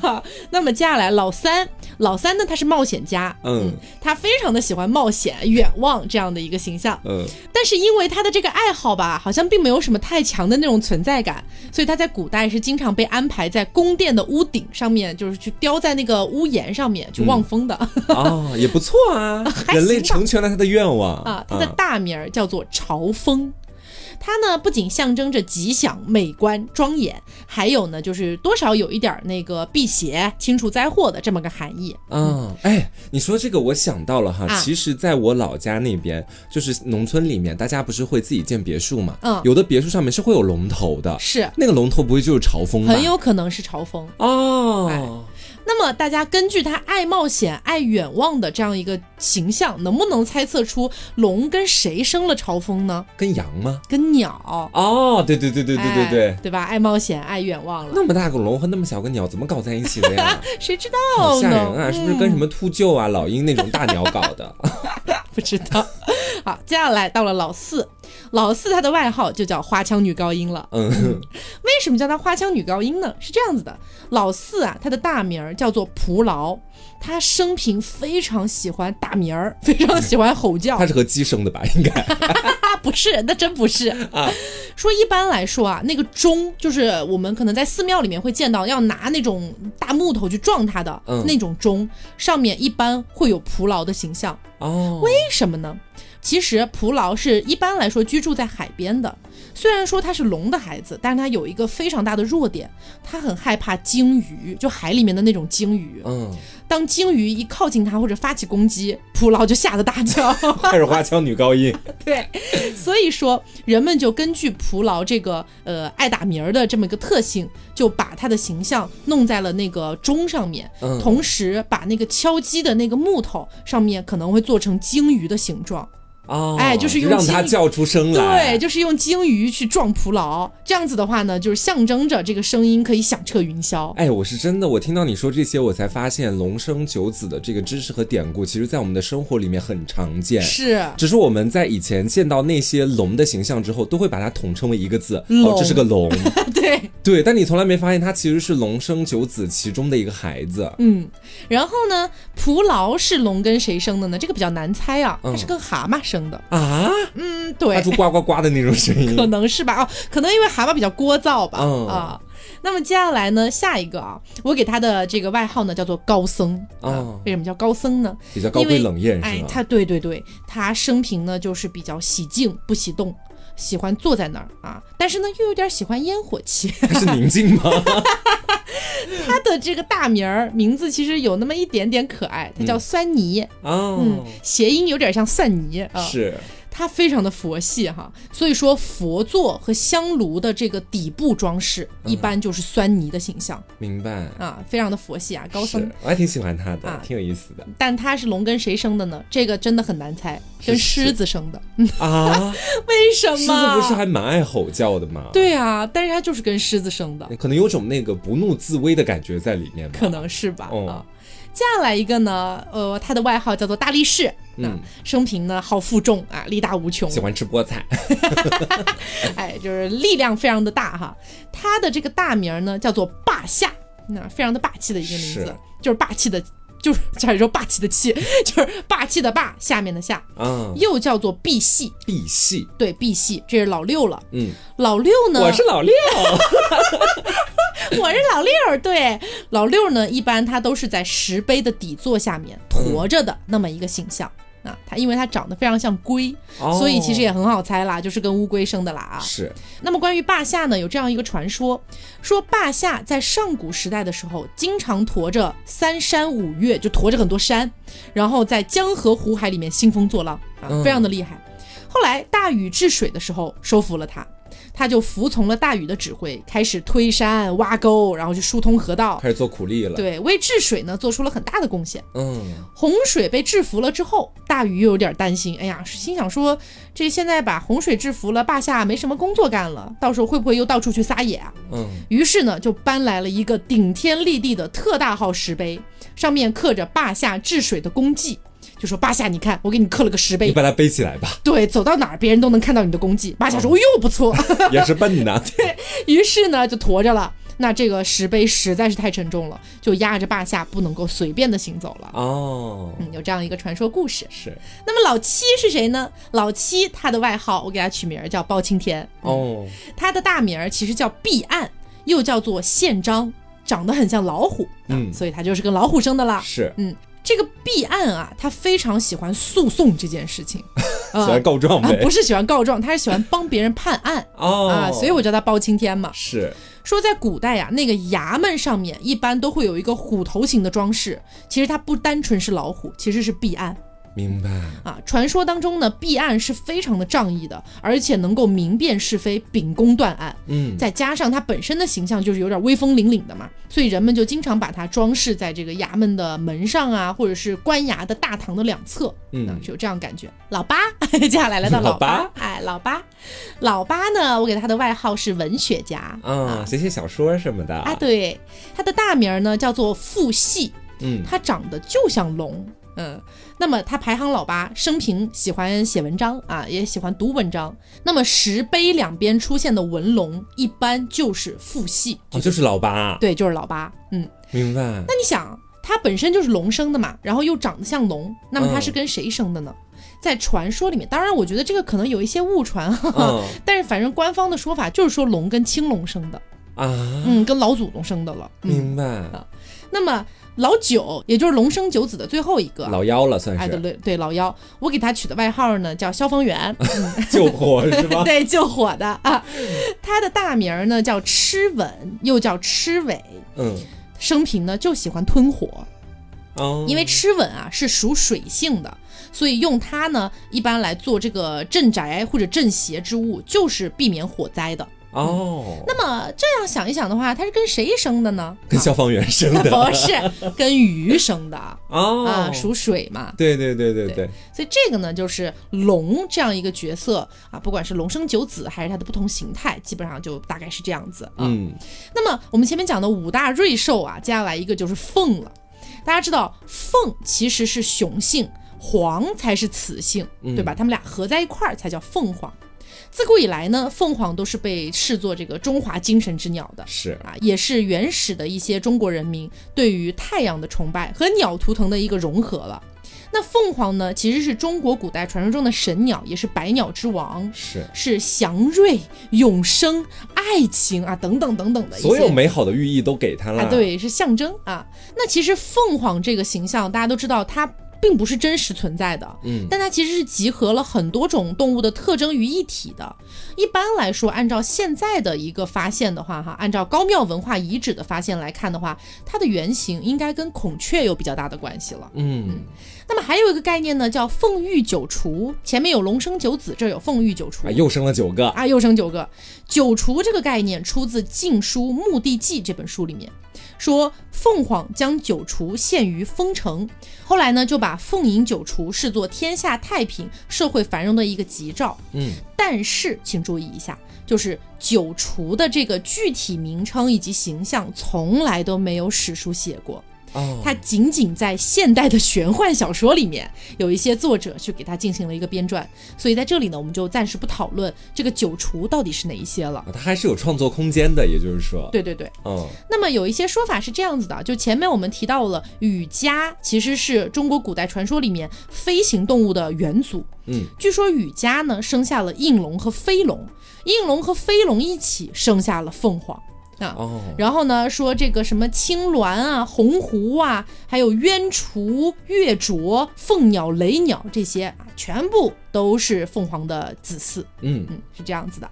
[SPEAKER 1] 好，那么接下来老三，老三呢，他是冒险家，
[SPEAKER 2] 嗯
[SPEAKER 1] 他非常的喜欢冒险、远望这样的一个形象，
[SPEAKER 2] 嗯，
[SPEAKER 1] 但是因为他的这个爱好吧，好像并没有什么太强的那种存在感，所以他在古代是经常被安排在宫殿的屋顶上面，就是去雕在那个屋檐上面
[SPEAKER 2] 嗯
[SPEAKER 1] 去望风的、
[SPEAKER 2] 哦，也不错啊，
[SPEAKER 1] 吧
[SPEAKER 2] 人类成全了他的愿望
[SPEAKER 1] 啊。他的
[SPEAKER 2] 嗯
[SPEAKER 1] 大名儿叫做朝风。它呢不仅象征着吉祥、美观、庄严，还有呢就是多少有一点儿那个辟邪、清除灾祸的这么个含义。
[SPEAKER 2] 啊，哎，你说这个我想到了哈，
[SPEAKER 1] 啊
[SPEAKER 2] 其实在我老家那边，就是农村里面，大家不是会自己建别墅嘛？
[SPEAKER 1] 嗯
[SPEAKER 2] 有的别墅上面是会有龙头的，
[SPEAKER 1] 是，
[SPEAKER 2] 那个龙头不会就是朝风吧？
[SPEAKER 1] 很有可能是朝风。
[SPEAKER 2] 哦，
[SPEAKER 1] 那么大家根据他爱冒险、爱远望的这样一个形象，能不能猜测出龙跟谁生了朝风呢？
[SPEAKER 2] 跟羊吗？
[SPEAKER 1] 跟鸟。
[SPEAKER 2] 哦，对对对对对对对，
[SPEAKER 1] 哎对吧？爱冒险、爱远望了，
[SPEAKER 2] 那么大个龙和那么小个鸟怎么搞在一起
[SPEAKER 1] *laughs*
[SPEAKER 2] 的呀？
[SPEAKER 1] 谁知
[SPEAKER 2] 好
[SPEAKER 1] 道
[SPEAKER 2] 吓啊
[SPEAKER 1] 呢？
[SPEAKER 2] 人啊！是不是跟
[SPEAKER 1] Oh 嗯 *laughs*
[SPEAKER 2] 什么秃鹫啊、老鹰那种大鸟搞的？
[SPEAKER 1] 不知道好，接下来到了老四，老四他的外号就叫花腔女高音了。 *laughs*
[SPEAKER 2] 嗯，
[SPEAKER 1] 为什么叫她花腔女高音呢？是这样子的，老四啊，他的大名儿叫做蒲牢，他生平非常喜欢打鸣儿，非常喜欢吼叫。
[SPEAKER 2] 他是和鸡生的吧？应该
[SPEAKER 1] 啊，不是，那真不是啊。说一般来说啊，那个钟就是我们可能在寺庙里面会见到，要拿那种大木头去撞它的、
[SPEAKER 2] 嗯
[SPEAKER 1] 那种钟，上面一般会有蒲牢的形象。
[SPEAKER 2] 哦，
[SPEAKER 1] 为什么呢？其实蒲牢是一般来说居住在海边的，虽然说它是龙的孩子，但是它有一个非常大的弱点，它很害怕鲸鱼，就海里面的那种鲸鱼。
[SPEAKER 2] 嗯，
[SPEAKER 1] 当鲸鱼一靠近它或者发起攻击，蒲牢就吓得大叫。 *laughs*
[SPEAKER 2] 开始花腔女高音，
[SPEAKER 1] 对，所以说人们就根据蒲牢这个呃爱打鸣儿的这么一个特性，就把他的形象弄在了那个钟上面，
[SPEAKER 2] 嗯
[SPEAKER 1] 同时把那个敲击的那个木头上面可能会做成鲸鱼的形状，
[SPEAKER 2] 哦，
[SPEAKER 1] 哎就是用
[SPEAKER 2] 让
[SPEAKER 1] 鸡
[SPEAKER 2] 他叫出声来，
[SPEAKER 1] 对，，就是用鲸鱼去撞蒲牢，这样子的话呢，就是象征着这个声音可以响彻云霄。
[SPEAKER 2] 哎，我是真的，我听到你说这些，我才发现龙生九子的这个知识和典故，其实在我们的生活里面很常见。
[SPEAKER 1] 是， *laughs*
[SPEAKER 2] 只是我们在以前见到那些龙的形象之后，都会把它统称为一个字，哦，
[SPEAKER 1] 龙
[SPEAKER 2] 这是个
[SPEAKER 1] *laughs*
[SPEAKER 2] 龙。
[SPEAKER 1] 对，
[SPEAKER 2] 对，但你从来没发现它其实是龙生九子其中的一个孩子。
[SPEAKER 1] 嗯，然后呢，蒲牢是龙跟谁生的呢？这个比较难猜啊，它
[SPEAKER 2] 嗯
[SPEAKER 1] 是跟蛤蟆生的。
[SPEAKER 2] 啊，
[SPEAKER 1] 嗯，
[SPEAKER 2] 发
[SPEAKER 1] 对，
[SPEAKER 2] 出呱呱呱的那种声
[SPEAKER 1] *laughs*
[SPEAKER 2] 音。
[SPEAKER 1] 可能是吧，哦，可能因为蛤蟆比较聒噪吧，
[SPEAKER 2] 嗯
[SPEAKER 1] 啊。那么接下来呢，下一个啊，我给他的这个外号呢叫做高僧啊
[SPEAKER 2] 哦。
[SPEAKER 1] 为什么叫高僧呢？
[SPEAKER 2] 比较高
[SPEAKER 1] 因为
[SPEAKER 2] 贵冷艳是
[SPEAKER 1] 哎，
[SPEAKER 2] 吗？
[SPEAKER 1] 他对对对，他生平呢就是比较喜静不喜动，喜欢坐在那儿啊，但是呢又有点喜欢烟火气。 *laughs*
[SPEAKER 2] *laughs* 他是宁静吗？
[SPEAKER 1] 他的这个大名儿名字其实有那么一点点可爱，他叫酸泥， *laughs* 嗯
[SPEAKER 2] 哦，，
[SPEAKER 1] 谐音有点像蒜泥啊。
[SPEAKER 2] 是
[SPEAKER 1] 它非常的佛系哈，所以说佛座和香炉的这个底部装饰
[SPEAKER 2] 嗯
[SPEAKER 1] 一般就是酸泥的形象、
[SPEAKER 2] 明白。
[SPEAKER 1] 啊，非常的佛系啊，高僧
[SPEAKER 2] 是。，我还挺喜欢他的
[SPEAKER 1] 啊，
[SPEAKER 2] 挺有意思
[SPEAKER 1] *laughs*
[SPEAKER 2] 的
[SPEAKER 1] 但它是龙跟谁生的呢？这个真的很难猜，
[SPEAKER 2] 是
[SPEAKER 1] 跟
[SPEAKER 2] 狮
[SPEAKER 1] 狮子生的。
[SPEAKER 2] 啊。
[SPEAKER 1] 为什么？
[SPEAKER 2] 狮子不是还蛮爱吼叫的吗？，
[SPEAKER 1] 对啊，但是它就是跟狮子生的，
[SPEAKER 2] 可能有种那个不怒自威的感觉在里面吧。
[SPEAKER 1] 可能是吧、
[SPEAKER 2] 哦
[SPEAKER 1] 啊。接下来一个呢，呃，他的外号叫做大力士，啊
[SPEAKER 2] 嗯，
[SPEAKER 1] 生平呢好负重啊，力大无穷
[SPEAKER 2] 喜，欢吃菠
[SPEAKER 1] *laughs*
[SPEAKER 2] 菜。
[SPEAKER 1] 哎，就是力量非常的大哈。他的这个大名呢叫做霸下，那非常的霸气的一个名字
[SPEAKER 2] 是，
[SPEAKER 1] 就是霸气的，就是差点说霸气的
[SPEAKER 2] *laughs*
[SPEAKER 1] 气，就是霸气的霸下面的下，
[SPEAKER 2] 啊，
[SPEAKER 1] 又叫做碧系，
[SPEAKER 2] 必系，
[SPEAKER 1] 对碧系，这是老六了。
[SPEAKER 2] 嗯，
[SPEAKER 1] 老六呢，
[SPEAKER 2] 我是老六，
[SPEAKER 1] 我是老六儿，对老六儿呢，一般他都是在石碑的底座下面驮着的那么一个形象。啊，他因为他长得非常像龟，*laughs*
[SPEAKER 2] 哦
[SPEAKER 1] 所以其实也很好猜啦，就是跟乌龟生的啦啊。
[SPEAKER 2] 是
[SPEAKER 1] 那么关于霸下呢，有这样一个传说，说霸下在上古时代的时候，经常驮着三山五岳，就驮着很多山，然后在江河湖海里面兴风作浪啊，
[SPEAKER 2] 嗯
[SPEAKER 1] 非常的厉害。后来大禹治水的时候收服了他，他就服从了大禹的指挥，开始推山挖沟，然后去疏通河道，
[SPEAKER 2] 开始做苦力了。，
[SPEAKER 1] 对，为治水呢做出了很大的贡献。
[SPEAKER 2] 嗯，
[SPEAKER 1] 洪水被制服了之后，大禹又有点担心，哎呀，心想说这现在把洪水制服了，霸下没什么工作干了，到时候会不会又到处去撒野啊？
[SPEAKER 2] 嗯，
[SPEAKER 1] 于是呢，就搬来了一个顶天立地的特大号石碑，上面刻着霸下治水的功绩，就说霸下，你看我给你刻了个石
[SPEAKER 2] 你
[SPEAKER 1] 碑，
[SPEAKER 2] 把它背起
[SPEAKER 1] *laughs*
[SPEAKER 2] 来吧，
[SPEAKER 1] 对，走到哪儿别人都能看到你的功绩。霸下说，哦哟，不错。 *laughs*
[SPEAKER 2] 也是笨呐。
[SPEAKER 1] 于是呢，就驮着了。那这个石碑实在是太沉重了，就压着霸下不能够随便的行走了。
[SPEAKER 2] *laughs* 哦，
[SPEAKER 1] 嗯，有这样一个传说故事。
[SPEAKER 2] 是
[SPEAKER 1] 那么老七是谁呢？老七他的外号我给他取名儿叫包青天，
[SPEAKER 2] 哦，
[SPEAKER 1] 他的大名儿其实叫毕岸，又叫做宪章，长得很像老虎，
[SPEAKER 2] 嗯
[SPEAKER 1] 所以他就是跟老虎生的啦。
[SPEAKER 2] 是
[SPEAKER 1] 嗯，这个毕岸啊，他非常喜欢诉讼这件事
[SPEAKER 2] *laughs*
[SPEAKER 1] 情，
[SPEAKER 2] 喜
[SPEAKER 1] 啊
[SPEAKER 2] 欢告状
[SPEAKER 1] 啊
[SPEAKER 2] 呗
[SPEAKER 1] 不。是喜欢告状，他是喜欢帮别人判案。
[SPEAKER 2] 哦
[SPEAKER 1] 啊，所以我叫他包青天嘛。
[SPEAKER 2] 是
[SPEAKER 1] 说在古代啊呀、那个衙门上面一般都会有一个虎头形的装饰，其实它不单纯是老虎，其实是毕岸。
[SPEAKER 2] 明白。
[SPEAKER 1] 啊，传说当中呢，毕岸是非常的仗义的，而且能够明辨是非，秉公断案。
[SPEAKER 2] 嗯，
[SPEAKER 1] 再加上他本身的形象就是有点威风凛凛的嘛，所以人们就经常把它装饰在这个衙门的门上啊，或者是官衙的大堂的两侧，
[SPEAKER 2] 嗯
[SPEAKER 1] 啊，是有这样感觉。老八， *laughs* 接下来来到老
[SPEAKER 2] 老
[SPEAKER 1] 哎，老八，老八呢，我给他的外号是文学家啊
[SPEAKER 2] 啊，写写小说什么的
[SPEAKER 1] 啊，对，他的大名呢叫做傅系，
[SPEAKER 2] 嗯，
[SPEAKER 1] 他长得就像龙。嗯，那么他排行老八，生平喜欢写文章啊，也喜欢读文章。那么石碑两边出现的文龙，一般就是父系，
[SPEAKER 2] 哦，就是老八，
[SPEAKER 1] 对，就是老八。嗯，*laughs*
[SPEAKER 2] 明白？
[SPEAKER 1] 那你想，他本身就是龙生的嘛，然后又长得像龙，那么他是
[SPEAKER 2] 嗯
[SPEAKER 1] 跟谁生的呢？在传说里面，当然我觉得这个可能有一些误传，哈哈
[SPEAKER 2] 嗯
[SPEAKER 1] 但是反正官方的说法就是说龙跟青龙生的，
[SPEAKER 2] 啊，
[SPEAKER 1] 嗯，跟老祖宗生的了。嗯，
[SPEAKER 2] 明白？
[SPEAKER 1] 那么老九，也就是龙生九子的最后一个，
[SPEAKER 2] 老幺了算
[SPEAKER 1] 哎，对
[SPEAKER 2] 是
[SPEAKER 1] 对对，老幺，我给他取的外号呢叫消防员，
[SPEAKER 2] 救火 *laughs* 是
[SPEAKER 1] *laughs*
[SPEAKER 2] 吧？
[SPEAKER 1] 对，救火的啊。他的大名儿呢叫吃稳，又叫吃伟，
[SPEAKER 2] 嗯，
[SPEAKER 1] 生平呢就喜欢吞火，
[SPEAKER 2] 哦，
[SPEAKER 1] 因为吃稳啊是属水性的，所以用它呢一般来做这个镇宅或者镇邪之物，就是避免火灾的。
[SPEAKER 2] 哦，
[SPEAKER 1] 那么这样想一想的话，他是跟谁生的呢？
[SPEAKER 2] 跟
[SPEAKER 1] 啊
[SPEAKER 2] 消防员生的
[SPEAKER 1] *laughs* 不是跟鱼生的啊，
[SPEAKER 2] 哦，
[SPEAKER 1] 属水嘛。
[SPEAKER 2] 对对对对对，
[SPEAKER 1] 所以这个呢，就是龙这样一个角色啊，不管是龙生九子，还是它的不同形态，基本上就大概是这样子啊。
[SPEAKER 2] 嗯，
[SPEAKER 1] 那么我们前面讲的五大瑞兽啊，接下来一个就是凤了。大家知道，凤其实是雄性，凰才是雌性，对吧？它们俩合在一块儿才叫凤凰。自古以来呢，凤凰都是被视作这个中华精神之鸟的。
[SPEAKER 2] 是
[SPEAKER 1] 啊，也是原始的一些中国人民对于太阳的崇拜和鸟图腾的一个融合了。那凤凰呢，其实是中国古代传说中的神鸟，也是百鸟之王，
[SPEAKER 2] 是，
[SPEAKER 1] 是祥瑞、永生、爱情啊等等等等的一些。
[SPEAKER 2] 所有美好的寓意都给他
[SPEAKER 1] 啊，
[SPEAKER 2] 了，，
[SPEAKER 1] 对，是象征啊。那其实凤凰这个形象，大家都知道它。并不是真实存在的，
[SPEAKER 2] 嗯
[SPEAKER 1] 但它其实是集合了很多种动物的特征于一体的。一般来说，按照现在的一个发现的话，哈，按照高庙文化遗址的发现来看的话，它的原型应该跟孔雀有比较大的关系了。
[SPEAKER 2] 嗯，
[SPEAKER 1] 那么还有一个概念呢，叫凤玉九雏，前面有龙生九子，这儿有凤玉九雏
[SPEAKER 2] 啊，。又生了九个，
[SPEAKER 1] 啊，又生九个。九雏这个概念出自《晋书·墓地记》这本书里面，说凤凰将九雏献于丰城，后来呢就把凤迎九雏视作天下太平、社会繁荣的一个吉兆。
[SPEAKER 2] 嗯，
[SPEAKER 1] 但是请注意一下，就是九雏的这个具体名称以及形象从来都没有史书写过。
[SPEAKER 2] 哦，
[SPEAKER 1] 它仅仅在现代的玄幻小说里面，有一些作者去给它进行了一个编撰，所以在这里呢，我们就暂时不讨论这个九厨到底是哪一些了。
[SPEAKER 2] 啊他还是有创作空间的，也就是说，
[SPEAKER 1] 对对对，
[SPEAKER 2] 嗯，
[SPEAKER 1] 那么有一些说法是这样子的，就前面我们提到了羽家其实是中国古代传说里面飞行动物的元祖，
[SPEAKER 2] 嗯，
[SPEAKER 1] 据说羽家呢生下了应龙和飞龙，应龙和飞龙一起生下了凤凰啊，
[SPEAKER 2] 哦，
[SPEAKER 1] 然后呢，说这个什么青鸾啊、鸿鹄啊，还有鸳雏、月啄、凤鸟、雷鸟这些啊，全部都是凤凰的子嗣。
[SPEAKER 2] 嗯，
[SPEAKER 1] 嗯，是这样子的。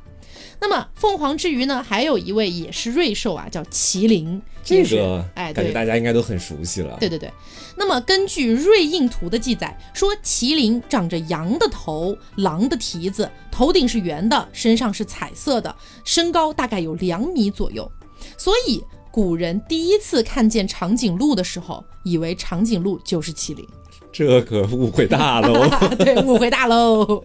[SPEAKER 1] 那么凤凰之余呢，还有一位也是瑞兽啊，叫麒麟。
[SPEAKER 2] 这
[SPEAKER 1] 也是
[SPEAKER 2] 个
[SPEAKER 1] 哎，
[SPEAKER 2] 感觉
[SPEAKER 1] 对
[SPEAKER 2] 大家应该都很熟悉了，
[SPEAKER 1] 对对对，那么根据《瑞印图》的记载，说麒麟长着羊的头、狼的蹄子，头顶是圆的，身上是彩色的，身高大概有两米左右。所以古人第一次看见长颈鹿的时候，以为长颈鹿就是麒麟。 *laughs*
[SPEAKER 2] 这可误会大喽，
[SPEAKER 1] 对，误会大喽。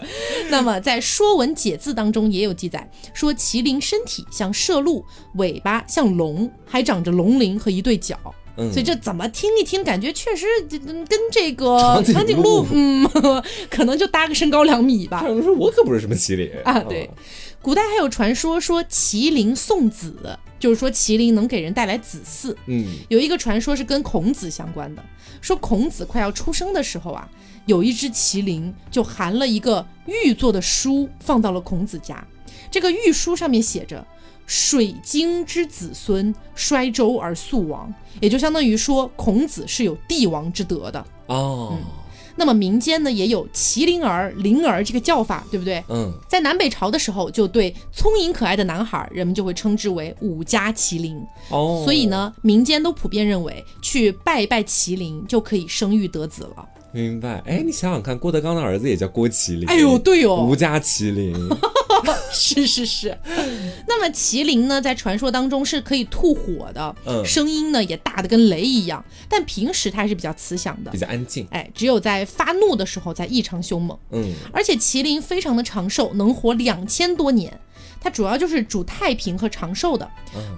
[SPEAKER 1] 那么在《说文解字》当中也有记载，说麒麟身体像麝鹿，尾巴像龙，还长着龙鳞和一对角。
[SPEAKER 2] 嗯
[SPEAKER 1] 所以这怎么听一听，感觉确实这嗯跟这个
[SPEAKER 2] *laughs* 长颈鹿
[SPEAKER 1] 鹿，嗯，可能就搭个身高两米吧
[SPEAKER 2] 他。们说我可不是什么嗯麒麟
[SPEAKER 1] 啊，对，古代还有传说说麒麟送子，就是说麒麟能给人带来子嗣。
[SPEAKER 2] 嗯，
[SPEAKER 1] 有一个传说是跟孔子相关的，说孔子快要出生的时候啊，有一只麒麟就含了一个玉做的书放到了孔子家。这个玉书上面写着“水晶之子孙，衰周而速亡”，也就相当于说孔子是有帝王之德的。
[SPEAKER 2] 哦，
[SPEAKER 1] 那么民间呢也有麒麟儿、麟儿这个叫法，对不对？
[SPEAKER 2] 嗯，
[SPEAKER 1] 在南北朝的时候，就对聪颖可爱的男孩，人们就会称之为五家麒麟。
[SPEAKER 2] 哦，
[SPEAKER 1] 所以，呢，民间都普遍认为去拜一拜麒麟就可以生育得子了。
[SPEAKER 2] 明白，哎，你想想看，郭德纲的儿子也叫郭麒麟，
[SPEAKER 1] 哎呦，对
[SPEAKER 2] 吴
[SPEAKER 1] 哦，
[SPEAKER 2] 家麒麟，
[SPEAKER 1] *laughs* 是是
[SPEAKER 2] *laughs*
[SPEAKER 1] 是。那么麒麟呢，在传说当中是可以吐火的，
[SPEAKER 2] 嗯
[SPEAKER 1] 声音呢也大的跟雷一样，但平时它还是比较慈祥的
[SPEAKER 2] 比。较安静，
[SPEAKER 1] 哎，只有在发怒的时候才异常凶猛，
[SPEAKER 2] 嗯，
[SPEAKER 1] 而且麒麟非常的长寿，能活两千多年。它主要就是主太平和长寿的。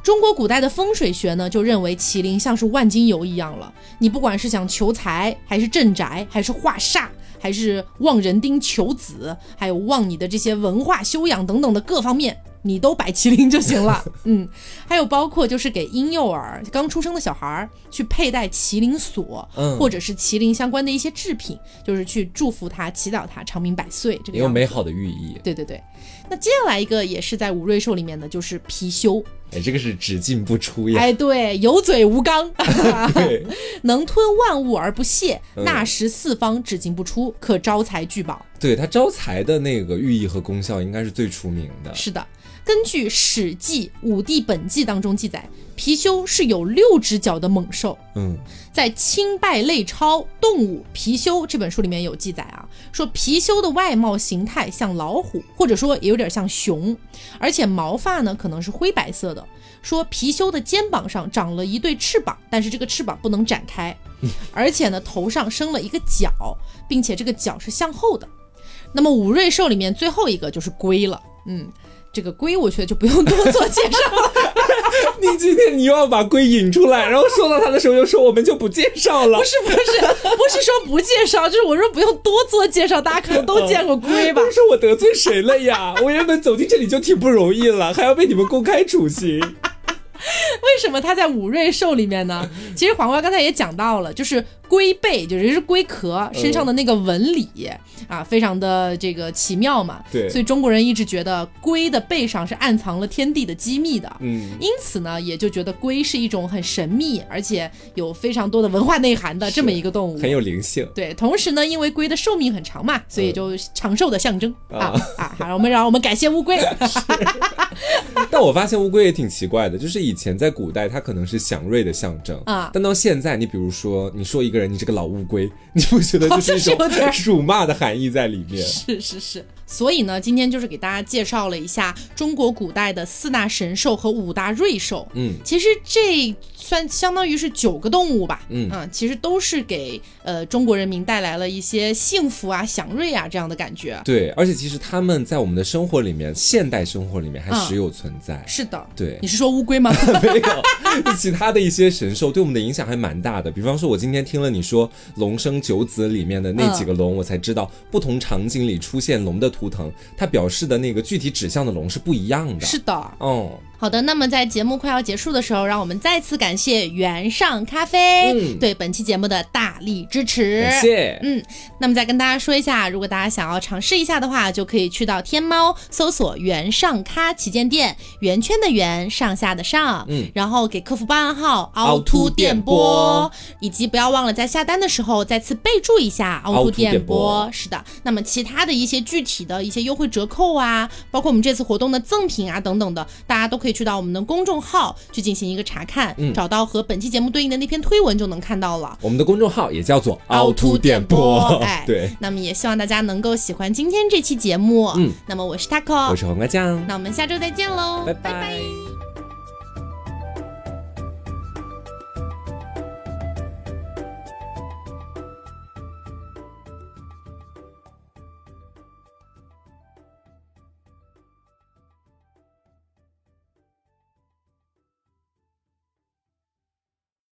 [SPEAKER 1] 中国古代的风水学呢，就认为麒麟像是万金油一样了，你不管是想求财，还是镇宅，还是化煞。还是望人丁求子，还有望你的这些文化修养等等的各方面，你都摆麒麟就行了。嗯，还有包括就是给婴幼儿、刚出生的小孩儿去佩戴麒麟锁，
[SPEAKER 2] 嗯
[SPEAKER 1] 或者是麒麟相关的一些制品，就是去祝福他、祈祷他长命百岁。这个
[SPEAKER 2] 也有
[SPEAKER 1] 样子
[SPEAKER 2] 美好的寓意。
[SPEAKER 1] 对对对。那接下来一个也是在五瑞兽里面的，就是貔貅。
[SPEAKER 2] 哎，这个是只进不出呀。
[SPEAKER 1] 哎，对，有嘴无肛， *laughs* 哎
[SPEAKER 2] 对，
[SPEAKER 1] 能吞万物而不泄，纳食四方，只进不出，可招财聚宝。
[SPEAKER 2] 对它招财的那个寓意和功效应该是最出名的。
[SPEAKER 1] 是的，根据《史记·武帝本纪》当中记载，貔貅是有六只脚的猛兽。
[SPEAKER 2] 嗯，
[SPEAKER 1] 在《清拜类钞·动物貔貅》这本书里面有记载啊，说貔貅的外貌形态像老虎，或者说也有点像熊，而且毛发呢可能是灰白色的。说貔貅的肩膀上长了一对翅膀，但是这个翅膀不能展开，而且呢头上生了一个角，并且这个角是向后的。那么五瑞兽里面最后一个就是龟了，嗯，这个龟我觉得就不用多做介绍了。
[SPEAKER 2] 你今天你又要把龟引出来，然后说到它的时候又说我们就不介绍了
[SPEAKER 1] 不。是不是不是说不介绍，就是我说不用多做介绍，大家可能都见过龟吧
[SPEAKER 2] *laughs* 不。是我得罪谁了呀？我原本走进这里就挺不容易了，还要被你们公开处刑。
[SPEAKER 1] 为什么它在五瑞兽里面呢？其实黄瓜刚才也讲到了，就是龟背，就是龟壳身上的那个纹理、啊，非常的这个奇妙嘛。
[SPEAKER 2] 对
[SPEAKER 1] 所以中国人一直觉得龟的背上是暗藏了天地的机密的。
[SPEAKER 2] 嗯，
[SPEAKER 1] 因此呢，也就觉得龟是一种很神秘，而且有非常多的文化内涵的这么一个动物，
[SPEAKER 2] 很有灵性。
[SPEAKER 1] 对，同时呢，因为龟的寿命很长嘛，所以就长寿的象征、嗯啊
[SPEAKER 2] 啊
[SPEAKER 1] 啊！好，我们让我们感谢乌 *laughs* 龟。
[SPEAKER 2] 但我发现乌龟也挺奇怪的，就是以前在古代它可能是祥瑞的象征
[SPEAKER 1] 啊
[SPEAKER 2] 但到现在，你比如说你说一个人你这个老乌龟，你不觉得
[SPEAKER 1] 好
[SPEAKER 2] 就
[SPEAKER 1] 像
[SPEAKER 2] 是一
[SPEAKER 1] 是有点儿
[SPEAKER 2] 种辱骂的含义在里
[SPEAKER 1] *laughs*
[SPEAKER 2] 面？
[SPEAKER 1] 是是是。所以呢，今天就是给大家介绍了一下中国古代的四大神兽和五大瑞兽。
[SPEAKER 2] 嗯，
[SPEAKER 1] 其实这算相当于是九个动物吧。
[SPEAKER 2] 嗯
[SPEAKER 1] 啊，其实都是给呃中国人民带来了一些幸福啊、祥瑞啊这样的感觉。
[SPEAKER 2] 对，而且其实他们在我们的生活里面，现代生活里面还
[SPEAKER 1] 嗯
[SPEAKER 2] 时有存在。
[SPEAKER 1] 是的，
[SPEAKER 2] 对
[SPEAKER 1] 你，是说乌龟吗？
[SPEAKER 2] *laughs* 没有，就其他的一些神兽对我们的影响还蛮大的。比方说，我今天听了你说《龙生九子》里面的那几个龙，我才知道不同场景里出现龙的图腾，它表示的那个具体指向的龙是不一样的。
[SPEAKER 1] 是，的。
[SPEAKER 2] 哦，
[SPEAKER 1] 好的，那么在节目快要结束的时候，让我们再次感谢原上咖啡、
[SPEAKER 2] 嗯
[SPEAKER 1] 对本期节目的大力支持。
[SPEAKER 2] 感谢。
[SPEAKER 1] 嗯，那么再跟大家说一下，如果大家想要尝试一下的话，就可以去到天猫搜索“原上咖旗舰店”，圆圈的圆，上下的上，
[SPEAKER 2] 嗯，
[SPEAKER 1] 然后给客服报暗号“凹
[SPEAKER 2] 凹
[SPEAKER 1] 凸
[SPEAKER 2] 凸
[SPEAKER 1] 电
[SPEAKER 2] 电
[SPEAKER 1] 波
[SPEAKER 2] 波”，
[SPEAKER 1] 以及不要忘了在下单的时候再次备注一下“凹凸
[SPEAKER 2] 凸
[SPEAKER 1] 电
[SPEAKER 2] 电
[SPEAKER 1] 波”
[SPEAKER 2] 波
[SPEAKER 1] 是的，那么其他的一些具体的一些优惠折扣啊，包括我们这次活动的赠品啊等等的，大家都可以去到我们的公众号去进行一个查看，
[SPEAKER 2] 嗯
[SPEAKER 1] 找到和本期节目对应的那篇推文就能看到了。
[SPEAKER 2] 我们的公众号也叫做
[SPEAKER 1] 凹
[SPEAKER 2] 凹
[SPEAKER 1] 凸
[SPEAKER 2] 凸
[SPEAKER 1] 电
[SPEAKER 2] 电
[SPEAKER 1] 波
[SPEAKER 2] 波，
[SPEAKER 1] 哎
[SPEAKER 2] 对，
[SPEAKER 1] 那么也希望大家能够喜欢今天这期节目。
[SPEAKER 2] 嗯，
[SPEAKER 1] 那么我是 taco，
[SPEAKER 2] 我是黄瓜酱，
[SPEAKER 1] 那我们下周再见喽，
[SPEAKER 2] 拜拜